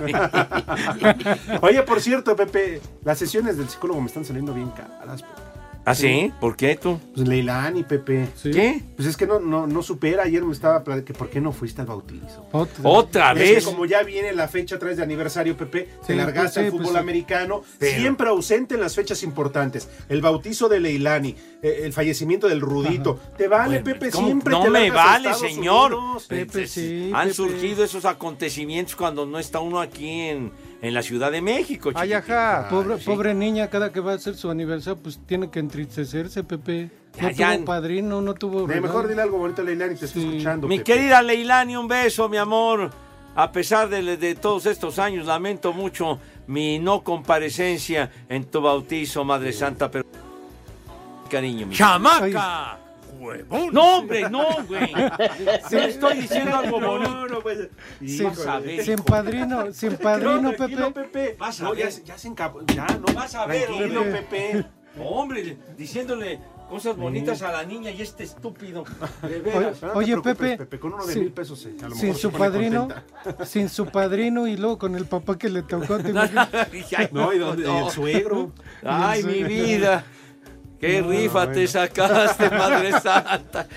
Speaker 8: Oye, por cierto, Pepe, las sesiones del psicólogo me están saliendo bien caras, Pepe.
Speaker 6: ¿Ah, sí? ¿Por qué tú?
Speaker 8: Pues Leilani, Pepe.
Speaker 6: ¿Qué?
Speaker 8: Pues es que no, no, no supera. Ayer me estaba pla- que por qué no fuiste al bautizo.
Speaker 6: ¿Otra
Speaker 8: Es que
Speaker 6: vez?
Speaker 8: como ya viene la fecha otra vez de aniversario, Pepe,
Speaker 7: Sí,
Speaker 8: te largaste
Speaker 7: pues sí,
Speaker 8: al fútbol
Speaker 7: pues sí.
Speaker 8: americano, siempre ausente en las fechas importantes. El bautizo de Leilani, eh, el fallecimiento del Rudito. Te vale, Pepe,
Speaker 6: ¿Cómo?
Speaker 8: siempre
Speaker 6: no
Speaker 8: te
Speaker 6: me
Speaker 8: largas a
Speaker 6: vale,
Speaker 8: Estados
Speaker 6: señor.
Speaker 8: Unidos.
Speaker 6: Este, Han surgido esos acontecimientos cuando no está uno aquí en, en la Ciudad de México.
Speaker 10: Ay,
Speaker 6: chiquitín.
Speaker 10: ajá.
Speaker 7: Pobre,
Speaker 6: sí.
Speaker 7: pobre niña, cada que va a hacer su aniversario, pues tiene que entristecerse, Pepe. No
Speaker 6: Ya, ya.
Speaker 7: tuvo padrino, no tuvo.
Speaker 8: Eh, mejor
Speaker 7: regalo.
Speaker 8: dile algo bonito a Leilani, te estoy escuchando.
Speaker 6: Mi
Speaker 8: Pepe.
Speaker 6: querida Leilani, un beso, mi amor. A pesar de, de todos estos años, lamento mucho mi no comparecencia en tu bautizo, Madre Santa, pero... Cariño, mi...
Speaker 1: ¡Chamaca!
Speaker 6: ¡Huevón! No, hombre, no, güey.
Speaker 7: Sí.
Speaker 6: No estoy diciendo algo
Speaker 8: No,
Speaker 6: bonito.
Speaker 8: no, pues,
Speaker 7: Sin,
Speaker 8: Vas a ver,
Speaker 7: sin
Speaker 8: hijo.
Speaker 7: padrino, sin
Speaker 8: No,
Speaker 7: padrino,
Speaker 8: tranquilo,
Speaker 7: Pepe.
Speaker 8: Pepe.
Speaker 6: Vas a
Speaker 8: No, ya,
Speaker 6: ver.
Speaker 8: se- ya se encabó. Ya, no.
Speaker 6: Vas a ver,
Speaker 8: Tranquilo,
Speaker 6: hombre.
Speaker 8: Pepe.
Speaker 6: No, Hombre, diciéndole cosas bonitas a la niña y
Speaker 8: [LAUGHS]
Speaker 6: este estúpido. De
Speaker 7: Oye,
Speaker 6: veras.
Speaker 8: Pero no te
Speaker 7: oye,
Speaker 8: preocupes,
Speaker 7: Pepe,
Speaker 8: Pepe, con uno de
Speaker 7: sí.
Speaker 8: mil pesos, eh, a lo
Speaker 7: sin
Speaker 8: mejor
Speaker 7: su
Speaker 8: se pone
Speaker 7: padrino,
Speaker 6: [LAUGHS]
Speaker 8: contenta.
Speaker 7: sin su padrino y luego con el papá que le
Speaker 8: [LAUGHS]
Speaker 7: tocó. ¿te imaginas?
Speaker 8: No, y dónde- y el [LAUGHS] suegro.
Speaker 6: Ay, mi vida. Qué
Speaker 8: No,
Speaker 6: rifa
Speaker 8: bueno.
Speaker 6: te sacaste,
Speaker 8: [LAUGHS]
Speaker 6: Madre Santa.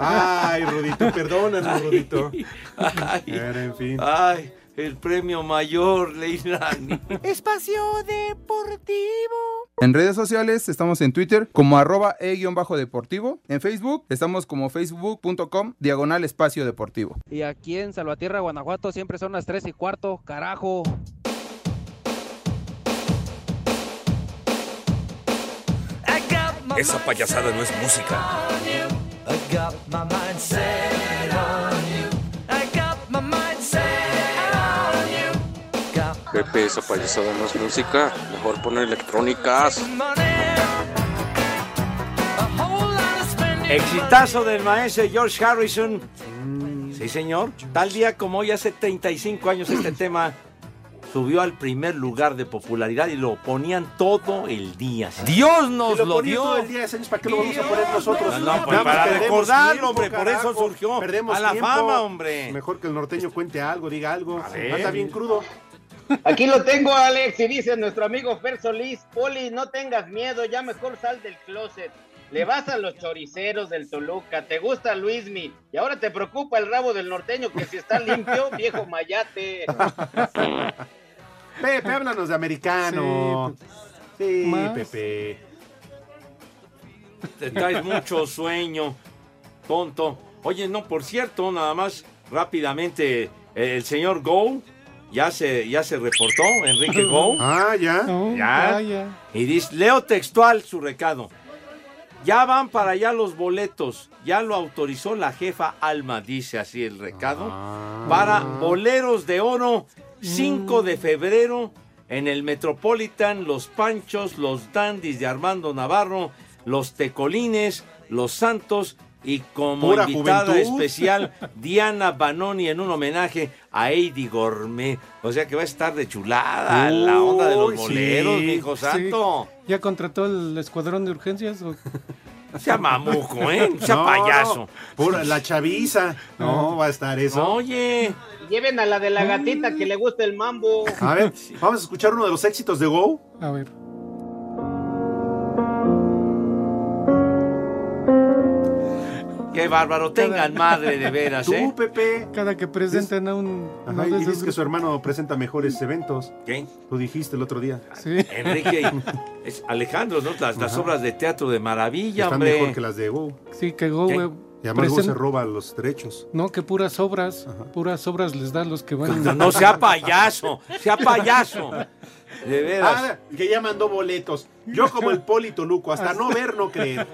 Speaker 8: Ay, Rudito, perdónanos, Rudito.
Speaker 6: Ay,
Speaker 8: Pero, en fin.
Speaker 6: ay, el premio mayor, Leilani.
Speaker 1: Espacio Deportivo.
Speaker 30: En redes sociales estamos en Twitter como arroba e e-deportivo. En Facebook estamos como facebook.com diagonal espacio deportivo.
Speaker 31: Y aquí en Salvatierra, Guanajuato, siempre son las 3 y cuarto, carajo.
Speaker 19: Esa payasada no es música.
Speaker 1: I got my mind set on you. I got my mind set on you.
Speaker 22: Pepe, esa payasada no es música. Mejor poner electrónicas.
Speaker 1: Money.
Speaker 6: Exitazo del maestro George Harrison.
Speaker 8: Mm.
Speaker 6: Sí, señor. Tal día como hoy, hace 35
Speaker 8: [CLEARS THROAT]
Speaker 6: años, este tema subió al primer lugar de popularidad y lo ponían todo el día. señor.
Speaker 8: Dios nos lo, dio. Todo el día, señores, ¿Para qué lo vamos a poner nosotros?
Speaker 6: No, no, pues
Speaker 8: Nada más
Speaker 6: para
Speaker 8: perdemos
Speaker 6: recordarlo,
Speaker 8: tiempo,
Speaker 6: hombre, por eso
Speaker 8: carajo.
Speaker 6: surgió.
Speaker 8: Perdemos
Speaker 6: A la
Speaker 8: tiempo.
Speaker 6: fama, hombre. Este-
Speaker 8: Mejor que el norteño cuente algo, diga algo.
Speaker 6: ver.
Speaker 8: Anda bien crudo.
Speaker 12: Aquí lo tengo,
Speaker 8: [LAUGHS]
Speaker 12: Alex, y dice nuestro amigo Fer Solís, Poli, no tengas miedo, ya mejor sal del closet. Le vas a los choriceros del Toluca, te gusta Luismi, y ahora te preocupa el rabo del norteño que si está limpio, viejo mayate.
Speaker 8: [LAUGHS] Pepe, háblanos de americano. Sí,
Speaker 6: Más.
Speaker 8: Pepe.
Speaker 6: Te traes
Speaker 8: [LAUGHS]
Speaker 6: mucho sueño, tonto. Oye, no, por cierto, nada más rápidamente, eh, el señor Go ya se, ya se reportó,
Speaker 8: [LAUGHS]
Speaker 6: Enrique Go.
Speaker 8: Ah, ya.
Speaker 6: Ya. Y dice, leo textual su recado. Ya van para allá los boletos. Ya lo autorizó la jefa Alma, dice así el recado. Para Boleros de Oro, 5 de febrero, en el Metropolitan, los Panchos, los Dandis de Armando Navarro, los Tecolines, los Santos y como
Speaker 8: Pura
Speaker 6: invitada
Speaker 8: juventud.
Speaker 6: especial Diana Banoni en un homenaje a Heidi Gourmet. O sea que va a estar de chulada la onda de los
Speaker 7: Uy, sí,
Speaker 6: boleros, mijo
Speaker 7: sí.
Speaker 6: santo.
Speaker 7: ¿Ya contrató el escuadrón de urgencias? o-
Speaker 6: Sea mamuco,
Speaker 7: [LAUGHS]
Speaker 6: ¿eh? Sea
Speaker 8: No,
Speaker 6: payaso.
Speaker 8: no, pura- la chaviza. No, va a estar eso.
Speaker 6: Oye.
Speaker 12: Lleven a la de la gatita
Speaker 7: Mm.
Speaker 12: que le gusta el mambo.
Speaker 8: A
Speaker 6: [LAUGHS]
Speaker 8: ver, vamos a escuchar uno de los éxitos de Go.
Speaker 7: A ver.
Speaker 6: Qué bárbaro, tengan madre de veras,
Speaker 8: Tú,
Speaker 6: ¿eh?
Speaker 8: Pepe.
Speaker 7: Cada que presentan a un...
Speaker 8: Ajá, y dices que su hermano presenta mejores eventos.
Speaker 6: ¿Qué?
Speaker 8: Lo dijiste el otro día.
Speaker 6: Enrique,
Speaker 7: [LAUGHS]
Speaker 6: es Alejandro, ¿no? Las, las
Speaker 8: Ajá.
Speaker 6: obras de teatro de maravilla,
Speaker 8: Están
Speaker 6: hombre.
Speaker 8: mejor que las de Go.
Speaker 7: Sí, que Go,
Speaker 6: ¿Qué?
Speaker 7: güey,
Speaker 8: Y además Go [LAUGHS] se
Speaker 7: presen-
Speaker 8: roba los derechos.
Speaker 7: No, que puras obras, puras obras les da los que van.
Speaker 6: No, no
Speaker 7: [LAUGHS]
Speaker 6: sea payaso, sea payaso. De veras.
Speaker 8: Ah, que ya mandó boletos. Yo como el Poli Toluco, hasta no ver, no
Speaker 7: [LAUGHS]
Speaker 8: creer.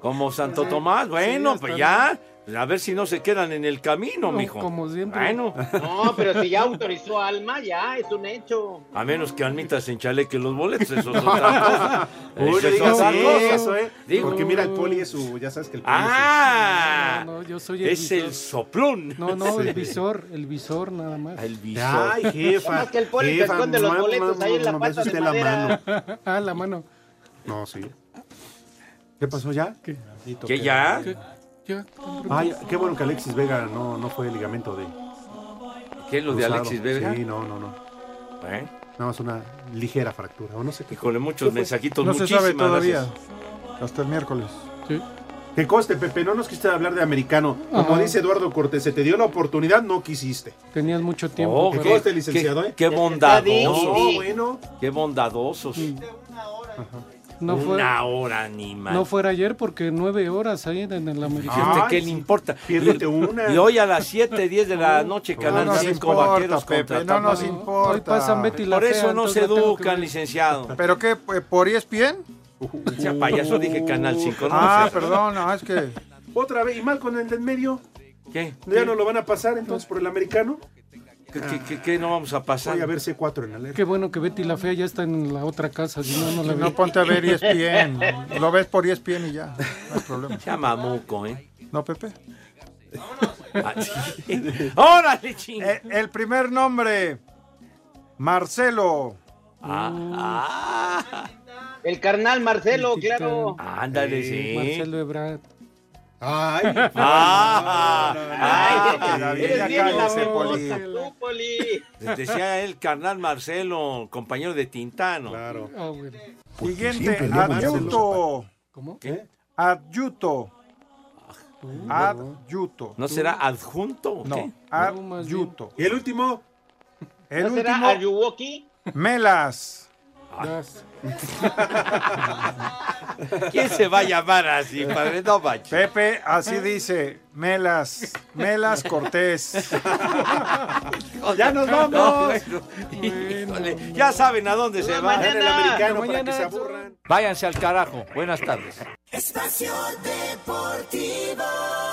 Speaker 6: Como Santo Tomás, bueno, pues ya. A ver si no se quedan en el camino, mijo.
Speaker 7: como siempre.
Speaker 6: Bueno,
Speaker 12: No, pero si ya autorizó Alma, ya, es un hecho.
Speaker 6: a menos que admitas en chaleque los boletos, eso es otra
Speaker 7: [LAUGHS]
Speaker 6: cosa.
Speaker 8: Uy,
Speaker 6: Eso
Speaker 8: no
Speaker 6: es
Speaker 8: digas
Speaker 6: otra cosa.
Speaker 8: eso, ¿eh?
Speaker 6: Digo- mm.
Speaker 8: Porque mira, el Poli es su... Ya sabes que el Poli
Speaker 6: Ah,
Speaker 7: No, no, yo soy el
Speaker 6: es el
Speaker 7: visor.
Speaker 6: soplón.
Speaker 7: No, no, el
Speaker 6: Sí.
Speaker 7: visor, el visor nada más.
Speaker 6: El
Speaker 8: es
Speaker 6: visor.
Speaker 8: su... Ay, jefa.
Speaker 12: Nada más que el Poli te
Speaker 8: jefa,
Speaker 12: esconde los
Speaker 8: mamá,
Speaker 12: boletos
Speaker 8: mamá,
Speaker 12: ahí en la
Speaker 8: mamá,
Speaker 12: pata
Speaker 8: besa
Speaker 12: de
Speaker 8: usted la
Speaker 12: madera.
Speaker 8: mano.
Speaker 7: Ah, la mano.
Speaker 8: No, sí. ¿Qué
Speaker 7: ¿Pues
Speaker 8: pasó ya? ¿Qué,
Speaker 6: ¿Qué ya?
Speaker 7: Ya.
Speaker 8: Ay, qué bueno que Alexis Vega no, no fue ligamento de...
Speaker 6: ¿Qué es lo de
Speaker 8: cruzado.
Speaker 6: Alexis Vega?
Speaker 8: Sí, no, no, no.
Speaker 6: ¿Eh?
Speaker 8: Nada más una ligera fractura, o no sé qué.
Speaker 6: Híjole, muchos mensajitos,
Speaker 10: No se
Speaker 6: muchísimas
Speaker 10: sabe todavía.
Speaker 6: gracias.
Speaker 10: Hasta el miércoles.
Speaker 8: Que coste, Pepe, no nos quisiste hablar de americano. Como
Speaker 7: Ajá.
Speaker 8: dice Eduardo Cortés, se te dio la oportunidad, no quisiste.
Speaker 7: Tenías mucho tiempo.
Speaker 6: Oh,
Speaker 8: Que
Speaker 7: pero-
Speaker 8: coste,
Speaker 6: qué,
Speaker 8: licenciado,
Speaker 6: qué-
Speaker 8: ¿eh?
Speaker 6: qué bondadosos,
Speaker 8: No, bueno.
Speaker 6: qué bondadosos.
Speaker 7: no, fue,
Speaker 6: Una hora, animal.
Speaker 7: no fuera ayer porque nueve horas ahí en, el americano.
Speaker 8: Ay,
Speaker 6: Fíjate "¿Este qué
Speaker 8: sí.
Speaker 6: le importa.
Speaker 8: Piérdete
Speaker 6: Y-
Speaker 8: una.
Speaker 6: Y hoy a las 7, 10 de la noche, Canal
Speaker 10: nos
Speaker 6: 5,
Speaker 10: importa,
Speaker 6: Vaqueros
Speaker 10: Pepe,
Speaker 6: contra
Speaker 10: no
Speaker 6: Tamaulipas.
Speaker 10: nos importa.
Speaker 7: Hoy pasan Betty la
Speaker 6: Por
Speaker 7: Fea,
Speaker 6: eso no
Speaker 7: entonces
Speaker 6: se
Speaker 7: la tengo que
Speaker 6: educan,
Speaker 7: ver.
Speaker 6: licenciado.
Speaker 10: [LAUGHS] ¿Pero qué? eh, ¿Por ESPN?
Speaker 6: O sea, payaso dije Canal 5. No
Speaker 10: ah,
Speaker 6: sé.
Speaker 10: perdón, no, es que...
Speaker 8: Otra vez, y mal con el del medio.
Speaker 6: ¿Qué?
Speaker 8: Ya no lo van a pasar entonces por el americano.
Speaker 6: ¿Qué, qué, qué- qué no vamos a pasar?
Speaker 8: Voy a ver C4 en alerta.
Speaker 7: Qué bueno que Betty la Fea ya está en la otra casa, si no, no la
Speaker 10: Si no,
Speaker 7: veo.
Speaker 10: ponte a
Speaker 7: [LAUGHS]
Speaker 10: ver ESPN. Lo ves por
Speaker 7: E
Speaker 10: ESPN y ya. No hay problema.
Speaker 6: Sea mamuco, ¿eh?
Speaker 10: ¿No, Pepe?
Speaker 6: Ah, sí. ¡Órale, ching!
Speaker 10: Eh, el primer nombre, Marcelo.
Speaker 6: Ah, ah,
Speaker 12: El carnal Marcelo, claro.
Speaker 6: ándale, sí.
Speaker 7: Marcelo Ebrard. [LAUGHS]
Speaker 8: Ay,
Speaker 6: Ah,
Speaker 12: Ay,
Speaker 6: ah,
Speaker 10: David,
Speaker 12: eres
Speaker 10: ya
Speaker 12: bien
Speaker 10: cállese,
Speaker 12: babosa, tú, Poli.
Speaker 6: Decía el carnal Marcelo, compañero de Tintano.
Speaker 8: claro.
Speaker 7: Ah, bueno.
Speaker 10: Siguiente,
Speaker 29: siempre le
Speaker 10: adyuto.
Speaker 7: ¿Cómo? Ah,
Speaker 6: ¿Qué? Ah.
Speaker 10: Adyuto. Adyuto.
Speaker 6: ¿No será adjunto o qué?
Speaker 10: No,
Speaker 7: No, más bien.
Speaker 10: adyuto.
Speaker 8: Y el último,
Speaker 10: [LAUGHS] El
Speaker 12: ¿No será
Speaker 10: último,
Speaker 12: Ayuwoki?
Speaker 10: Melas.
Speaker 7: Das.
Speaker 6: ¿Quién se va a llamar así, padre? No manches.
Speaker 10: Pepe, así dice, Melas, Melas
Speaker 6: [LAUGHS]
Speaker 10: Cortés. [LAUGHS]
Speaker 8: ya nos vamos.
Speaker 6: No, bueno, híjole, ya saben a dónde se van.
Speaker 8: Dale el americano
Speaker 7: Hasta
Speaker 8: para que
Speaker 7: mañana.
Speaker 8: se aburran.
Speaker 6: Váyanse al carajo. Buenas tardes.
Speaker 1: Espacio Deportivo.